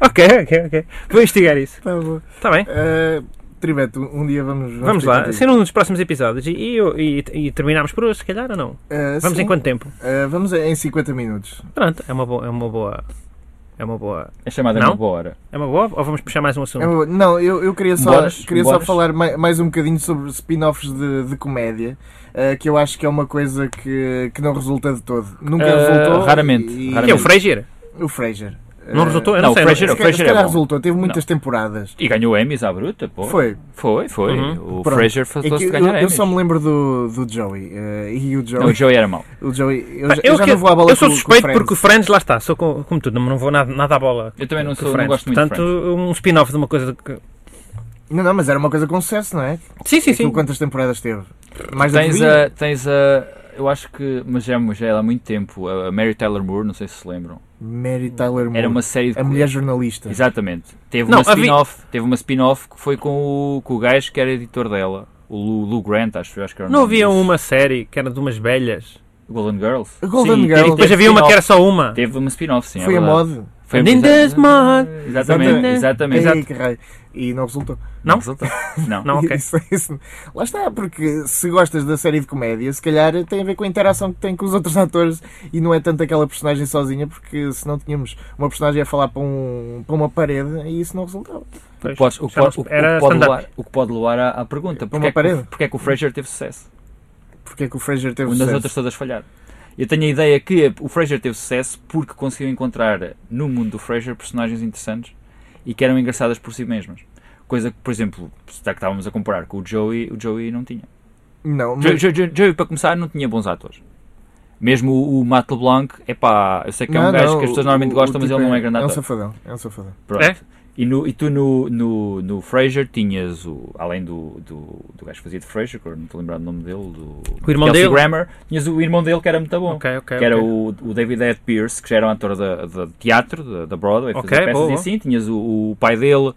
Speaker 4: Ok, ok, ok. Vou investigar isso.
Speaker 3: Tá bom.
Speaker 4: Está bem.
Speaker 3: Ah, Tribeto, um dia vamos.
Speaker 4: Vamos
Speaker 3: ter
Speaker 4: lá,
Speaker 3: contigo.
Speaker 4: ser um dos próximos episódios. E, e, eu- e, e terminamos por hoje, se calhar, ou não?
Speaker 3: Ah,
Speaker 4: Vamos
Speaker 3: sim.
Speaker 4: em quanto tempo?
Speaker 3: Ah, vamos em 50 minutos.
Speaker 4: Pronto, é uma boa. É uma boa. É uma boa.
Speaker 5: É chamada
Speaker 4: Não?
Speaker 5: uma boa hora.
Speaker 4: É uma boa? Ou vamos puxar mais um assunto?
Speaker 3: É uma- não, eu, eu queria só,
Speaker 5: Bónus,
Speaker 3: queria só
Speaker 5: bónus.
Speaker 3: falar mai- mais, um bocadinho sobre spin-offs de, de comédia, ah, que eu acho que é uma coisa que, que não resulta de todo. Nunca
Speaker 5: Ah,
Speaker 3: resultou.
Speaker 5: raramente,
Speaker 3: e-
Speaker 4: Que é o
Speaker 5: raramente.
Speaker 4: Frazier?
Speaker 3: O Fraser.
Speaker 4: Não resultou? Eu não,
Speaker 5: não,
Speaker 4: sei.
Speaker 5: o Frasier-
Speaker 4: não-
Speaker 5: o
Speaker 3: Se calhar- se
Speaker 5: Frasier é
Speaker 3: calhar
Speaker 5: bom.
Speaker 3: resultou, teve muitas temporadas.
Speaker 5: E ganhou Emmys à bruta, pô.
Speaker 3: Foi.
Speaker 5: Foi, foi.
Speaker 4: Uhum.
Speaker 5: O
Speaker 3: Pronto.
Speaker 5: Fraser
Speaker 3: É que
Speaker 5: fartou-se de
Speaker 3: eu,
Speaker 5: ganhar
Speaker 3: eu
Speaker 5: Emmys.
Speaker 3: só me lembro do, do Joey. eh, e o
Speaker 5: Não, o
Speaker 3: Joey.
Speaker 5: Joey era mau.
Speaker 3: o Joey eu,
Speaker 4: Pá,
Speaker 3: já-
Speaker 4: eu
Speaker 3: eu já
Speaker 4: que-
Speaker 3: não vou à bola
Speaker 4: eu sou
Speaker 3: com- com
Speaker 4: suspeito
Speaker 3: Friends.
Speaker 4: porque o Friends, lá está, sou co- como tudo, não, não vou nada, nada à bola.
Speaker 5: Eu também não
Speaker 4: com
Speaker 5: sou- não
Speaker 4: Friends.
Speaker 5: gosto muito de
Speaker 4: Portanto, um spin-off de uma coisa que.
Speaker 3: Não, não, mas era uma coisa com sucesso, não é?
Speaker 4: Sim, sim,
Speaker 3: Aquilo
Speaker 4: sim.
Speaker 3: quantas temporadas teve? Mais da
Speaker 5: Tens
Speaker 3: que
Speaker 5: a, tens a. Eu acho que. Mas já, mas já é há muito tempo. A Mary Tyler Moore, não sei se se lembram.
Speaker 3: Mary Tyler Moore.
Speaker 5: Era uma série de.
Speaker 3: A mulher jornalista.
Speaker 5: Exatamente. Teve
Speaker 4: Não,
Speaker 5: uma
Speaker 4: havia-
Speaker 5: spin-off. Teve uma spin-off que foi com o, com o gajo que era editor dela. O Lou, Lou Grant, acho, eu acho que era o
Speaker 4: Não
Speaker 5: nome
Speaker 4: havia
Speaker 5: disso.
Speaker 4: uma série que era de umas velhas.
Speaker 5: Golden Girls.
Speaker 3: A Golden
Speaker 5: Sim,
Speaker 3: Girls.
Speaker 5: teve-
Speaker 4: E depois
Speaker 5: teve
Speaker 4: havia uma que
Speaker 5: spin-off.
Speaker 4: era só uma.
Speaker 5: Teve uma spin-off, sim. é
Speaker 3: Foi a
Speaker 5: verdade.
Speaker 3: moda.
Speaker 5: Foi a
Speaker 4: And in this mod.
Speaker 5: Exatamente, exatamente.
Speaker 3: Ei, que raio. E não resultou.
Speaker 4: Não?
Speaker 5: Resultou. Não.
Speaker 4: Não, ok.
Speaker 3: Isso- isso- Lá está, porque se gostas da série de comédia, se calhar tem a ver com a interação que tem com os outros atores e não é tanto aquela personagem sozinha, porque se não tínhamos uma personagem a falar para, um, para uma parede e isso não resultava.
Speaker 5: O que podes- o que pode- o que- o
Speaker 4: Era
Speaker 5: que pode
Speaker 4: stand-up.
Speaker 5: levar- o que pode levar à, à pergunta:
Speaker 3: Para uma
Speaker 5: porque é, que,
Speaker 3: parede.
Speaker 5: o- porque é que o Fraser teve sucesso?
Speaker 3: Porque é que o Fraser teve
Speaker 5: Onde as
Speaker 3: sucesso?
Speaker 5: Um outras todas falharam. Eu tenho a ideia que o Fraser teve sucesso porque conseguiu encontrar no mundo do Fraser personagens interessantes e que eram engraçadas por si mesmas. Coisa que, por exemplo, se já que estávamos a comparar com o Joey, o Joey não tinha.
Speaker 3: Não,
Speaker 5: Jo-
Speaker 3: mas,
Speaker 5: Jo- Jo- Joey, para começar, não tinha bons atores. Mesmo o, o Matt LeBlanc, é pá, eu sei que é um
Speaker 3: não,
Speaker 5: gajo
Speaker 3: não,
Speaker 5: que as pessoas
Speaker 3: o-
Speaker 5: normalmente
Speaker 3: o
Speaker 5: gostam, mas
Speaker 3: tipo
Speaker 5: ele não é grande
Speaker 3: É um
Speaker 5: ator.
Speaker 3: safadão, é um safadão.
Speaker 5: Pronto.
Speaker 4: É?
Speaker 5: E, no- e tu no, no, no Fraser tinhas, o, além do, do, do gajo que fazia de Fraser, que eu não estou a lembrar do nome dele, do
Speaker 4: O irmão
Speaker 5: Kelsey
Speaker 4: dele?
Speaker 5: Grammer, tinhas o irmão dele que era muito bom.
Speaker 4: Ok, ok.
Speaker 5: que era
Speaker 4: ok.
Speaker 5: o, o David Ed Pierce, que já era um ator da, da teatro, da, da Broadway,
Speaker 4: Ok,
Speaker 5: fazia peças
Speaker 4: boa,
Speaker 5: e
Speaker 4: boa.
Speaker 5: assim. Tinhas o, o pai dele,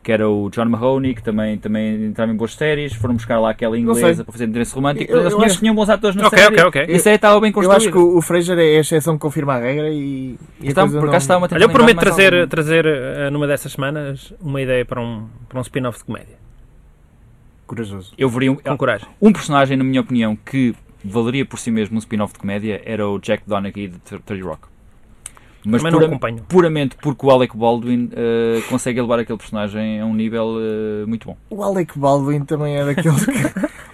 Speaker 5: que era o John Mahoney, que também, também entrava em boas séries. Foram buscar lá aquela
Speaker 3: Não sei.
Speaker 5: inglesa para fazer interesse romântico.
Speaker 3: Eu- eu
Speaker 5: Eles tinham,
Speaker 3: acho-
Speaker 5: tinham bons atores na
Speaker 4: Ok,
Speaker 5: série.
Speaker 4: ok, ok.
Speaker 5: E a série estava bem
Speaker 3: Eu acho que
Speaker 5: construída.
Speaker 3: o o Fraser é a exceção que confirma a regra e, e a coisa
Speaker 5: Está- Então, por
Speaker 3: não-
Speaker 5: acaso estava a tentar
Speaker 4: Olha, eu
Speaker 5: lembrar
Speaker 4: prometo
Speaker 5: mais
Speaker 4: trazer,
Speaker 5: alguma.
Speaker 4: trazer eh, numa dessas semanas uma ideia para um, para um spin-off de comédia.
Speaker 3: corajoso.
Speaker 5: Eu veria um,
Speaker 4: Com coragem.
Speaker 5: um personagem, na minha opinião, que valeria por si mesmo um spin-off de comédia, era o Jack Donaghy de 30 Rock. Mas
Speaker 4: Também não
Speaker 5: pura-
Speaker 4: acompanho.
Speaker 5: puramente porque o Alec Baldwin eh, consegue elevar aquele personagem a um nível eh, muito bom.
Speaker 3: O Alec Baldwin também é daqueles que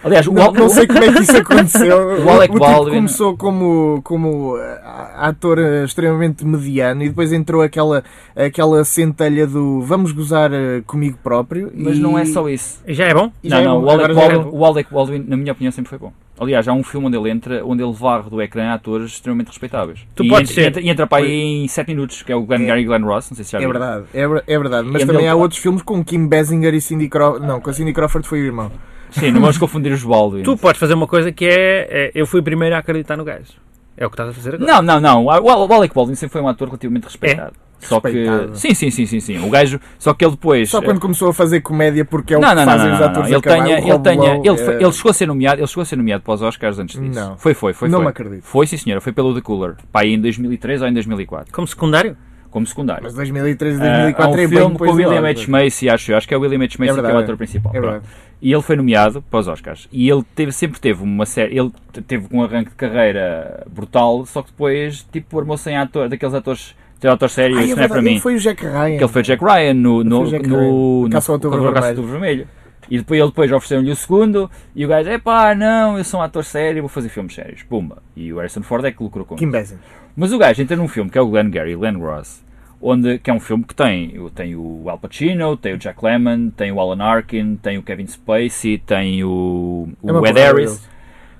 Speaker 5: Aliás, o,
Speaker 3: Não,
Speaker 5: Al-
Speaker 3: não sei como é que isso aconteceu.
Speaker 5: O Alec
Speaker 3: tipo
Speaker 5: Baldwin-
Speaker 3: começou como, como eh, ator eh, extremamente mediano e depois entrou aquela, aquela centelha do vamos gozar eh, comigo próprio.
Speaker 5: Mas
Speaker 3: e-
Speaker 5: não é só isso.
Speaker 4: E Já é bom?
Speaker 3: e já
Speaker 5: Não,
Speaker 3: é
Speaker 5: não,
Speaker 3: bom,
Speaker 5: o Alec,
Speaker 3: agora já é
Speaker 5: Baldwin,
Speaker 3: bom.
Speaker 5: o Alec Baldwin, na minha opinião, sempre foi bom. Aliás, há um filme onde ele entra, onde ele varre do ecrã atores extremamente respeitáveis.
Speaker 4: Tu
Speaker 5: e
Speaker 4: podes
Speaker 5: entra,
Speaker 4: ser.
Speaker 5: E entra, e entra para aí em 7 minutos, que é o Glenn
Speaker 3: É.
Speaker 5: Gary e Glenn Ross, não sei se já
Speaker 3: É
Speaker 5: viram.
Speaker 3: verdade, é, ver- é verdade. Mas
Speaker 5: E
Speaker 3: também
Speaker 5: ele-
Speaker 3: há outros filmes com Kim Basinger e Cindy Crawford. Não, com a Cindy Crawford foi o irmão.
Speaker 5: Sim, não vamos confundir os Baldwin.
Speaker 4: Tu podes fazer uma coisa que é, é, eu fui o primeiro a acreditar no gajo. É o que estás a fazer agora.
Speaker 5: Não, não, não. O Al- o Alec Baldwin sempre foi um ator relativamente respeitado. Só
Speaker 3: É. Respeitado.
Speaker 5: que. Sim, sim, sim, sim, sim. O gajo. Só que ele depois. eh,
Speaker 3: Só quando começou a fazer comédia porque é o
Speaker 5: Não,
Speaker 3: que
Speaker 5: não, não,
Speaker 3: fazem
Speaker 5: não,
Speaker 3: os
Speaker 5: não, não.
Speaker 3: atores
Speaker 5: Ele,
Speaker 3: acabar.
Speaker 5: tenha,
Speaker 3: O
Speaker 5: ele,
Speaker 3: Rob
Speaker 5: tenha,
Speaker 3: Lowe,
Speaker 5: ele, foi-
Speaker 3: eh,
Speaker 5: ele chegou a ser nomeado, ele chegou a ser nomeado para os Oscars antes disso.
Speaker 3: Não.
Speaker 5: Foi, foi, foi.
Speaker 3: Não
Speaker 5: foi.
Speaker 3: me acredito.
Speaker 5: Foi, sim, senhora. Foi pelo The Cooler. Pá, aí em 2003 ou em 2004.
Speaker 4: Como secundário?
Speaker 5: Como secundário.
Speaker 3: Mas 2013 e
Speaker 5: há
Speaker 3: 2004
Speaker 5: um
Speaker 3: é bem
Speaker 5: filme com
Speaker 3: depois
Speaker 5: o
Speaker 3: do
Speaker 5: William
Speaker 3: Oscar.
Speaker 5: H. Macy, acho eu. Acho que é o William H. Macy
Speaker 3: É
Speaker 5: que é o
Speaker 3: verdade.
Speaker 5: ator principal.
Speaker 3: É
Speaker 5: Pronto.
Speaker 3: verdade.
Speaker 5: E ele foi nomeado para os Oscars. E ele teve, sempre teve uma série. Ele te- teve um arranque de carreira brutal, só que depois, tipo, armou-se em ator, daqueles atores. Ter ator sério,
Speaker 3: Ah, é
Speaker 5: isso não é para
Speaker 3: verdade,
Speaker 5: mim.
Speaker 3: ele Foi o Jack Ryan.
Speaker 5: Que ele foi o Jack Ryan no, no,
Speaker 3: Foi o Jack
Speaker 5: no,
Speaker 3: Ryan.
Speaker 5: no-
Speaker 3: Caça ao Outubro
Speaker 5: no- Caça ao
Speaker 3: Vermelho.
Speaker 5: Outubro Vermelho. E depois ele depois ofereceram-lhe o segundo e o gajo, epá, não, eu sou um ator sério, vou fazer filmes sérios. Pumba. E o Harrison Ford é que lucrou com
Speaker 3: Kim Basinger.
Speaker 5: mas o gajo entra num filme que é o Glenn Gary, Glenn Ross, onde, que é um filme que tem, tem o Al Pacino, tem o Jack Lemmon, tem o Alan Arkin, tem o Kevin Spacey, tem o,
Speaker 3: É
Speaker 5: o
Speaker 3: uma
Speaker 5: Ed
Speaker 3: porrada
Speaker 5: Harris.
Speaker 3: deles.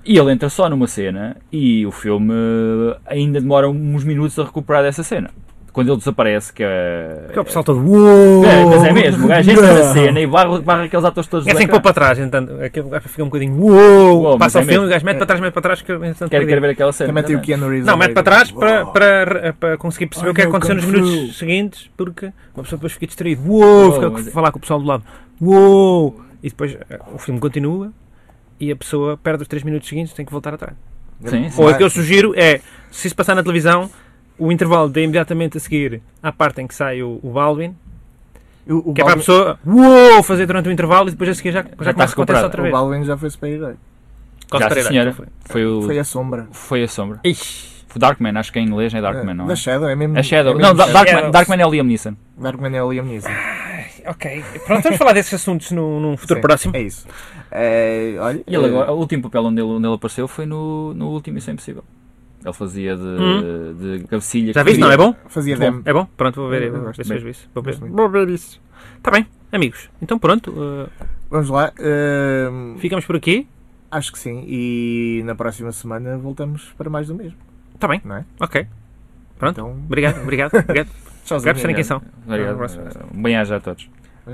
Speaker 5: E ele entra eh, só numa cena e o filme ainda demora uns minutos a recuperar dessa cena. quando ele desaparece, que é.
Speaker 4: Porque o pessoal todo. Uou!
Speaker 3: Oh.
Speaker 5: É, mas é mesmo, o gajo entra na
Speaker 4: Não.
Speaker 5: cena e barra, barra aqueles atores todos.
Speaker 4: É
Speaker 5: do
Speaker 4: assim que
Speaker 5: ecrã.
Speaker 4: pôr para trás, entanto. Aquele gajo fica um bocadinho. Uou!
Speaker 5: Uou, mas
Speaker 4: passa
Speaker 5: é
Speaker 4: o filme,
Speaker 5: mesmo.
Speaker 4: o gajo mete para trás, mete para trás. Que, eu, entretanto,
Speaker 5: Quero,
Speaker 4: perdi.
Speaker 5: quero ver aquela cena.
Speaker 3: Também tem o
Speaker 5: também.
Speaker 3: Keanu Reeves.
Speaker 4: Não, mete para trás para,
Speaker 3: Uau.
Speaker 4: para, para conseguir perceber
Speaker 3: Ai,
Speaker 4: o que é que
Speaker 3: meu
Speaker 4: aconteceu nos
Speaker 3: Kung Fu.
Speaker 4: minutos seguintes, porque uma pessoa depois fica distraída. Uou!
Speaker 5: Uou,
Speaker 4: Fica
Speaker 5: mas
Speaker 4: a
Speaker 5: é-
Speaker 4: falar com o pessoal do lado. Uou! E depois eh, o filme continua e a pessoa perde os 3 minutos seguintes tem que voltar atrás.
Speaker 5: Sim, sim.
Speaker 4: Ou o que eu sugiro é, se isso passar na televisão, o intervalo de imediatamente a seguir à parte em que sai o, o Baldwin,
Speaker 3: O, o
Speaker 4: que é para a
Speaker 3: Baldwin-
Speaker 4: pessoa uou, fazer durante o intervalo e depois a seguir já, já,
Speaker 5: está
Speaker 4: começa a acontecer
Speaker 5: recuperado.
Speaker 4: outra
Speaker 3: o
Speaker 4: vez.
Speaker 3: Baldwin já foi super-herói.
Speaker 4: Costa
Speaker 5: Já, sim,
Speaker 4: Pereira,
Speaker 5: senhora.
Speaker 4: já foi.
Speaker 5: Foi o.
Speaker 3: Foi a sombra.
Speaker 5: Foi a sombra.
Speaker 4: Ixi,
Speaker 5: Foi Darkman, acho que em inglês é Darkman, não é?
Speaker 3: Da Shadow, é mesmo.
Speaker 5: A Shadow.
Speaker 3: é
Speaker 5: Não,
Speaker 3: mesmo
Speaker 5: Da-
Speaker 3: Shadow.
Speaker 5: Darkman,
Speaker 4: Shadows.
Speaker 5: Darkman é o Liam Neeson.
Speaker 3: Darkman é o Liam Neeson.
Speaker 4: ok. Pronto, vamos falar desses assuntos num, num futuro
Speaker 3: Sim,
Speaker 4: próximo.
Speaker 3: É isso. É, olha,
Speaker 5: E ele
Speaker 3: é,
Speaker 5: agora, o último papel onde ele, onde ele apareceu foi no, no último Isso é Impossível. Ele fazia de, de cabecilha.
Speaker 4: Hum. Já
Speaker 5: que
Speaker 4: viste? Não, é
Speaker 5: queria-
Speaker 4: bom?
Speaker 3: fazia
Speaker 5: Bom,
Speaker 3: demo.
Speaker 4: É bom? Pronto, vou ver,
Speaker 3: Eu
Speaker 4: vou
Speaker 3: gosto
Speaker 4: ver se
Speaker 5: bem.
Speaker 4: vejo isso. Vou ver.
Speaker 3: Gosto muito.
Speaker 4: vou ver isso. Está bem, amigos. Então pronto, uh,
Speaker 3: Vamos lá. hum,
Speaker 4: ficamos por aqui.
Speaker 3: acho que sim. E na próxima semana voltamos para mais do mesmo.
Speaker 4: Está bem,
Speaker 3: Não é?
Speaker 4: ok. Pronto,
Speaker 3: Então,
Speaker 4: obrigado, obrigado, obrigado.
Speaker 3: tchauzinho.
Speaker 4: Obrigado por serem quem são.
Speaker 5: Obrigado. Bem-aja a todos.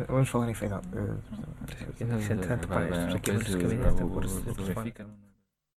Speaker 3: Vamos falar em final. Eh,
Speaker 4: Entretanto, pá, isto aqui é uma música, isto é um curso, isto é um curso.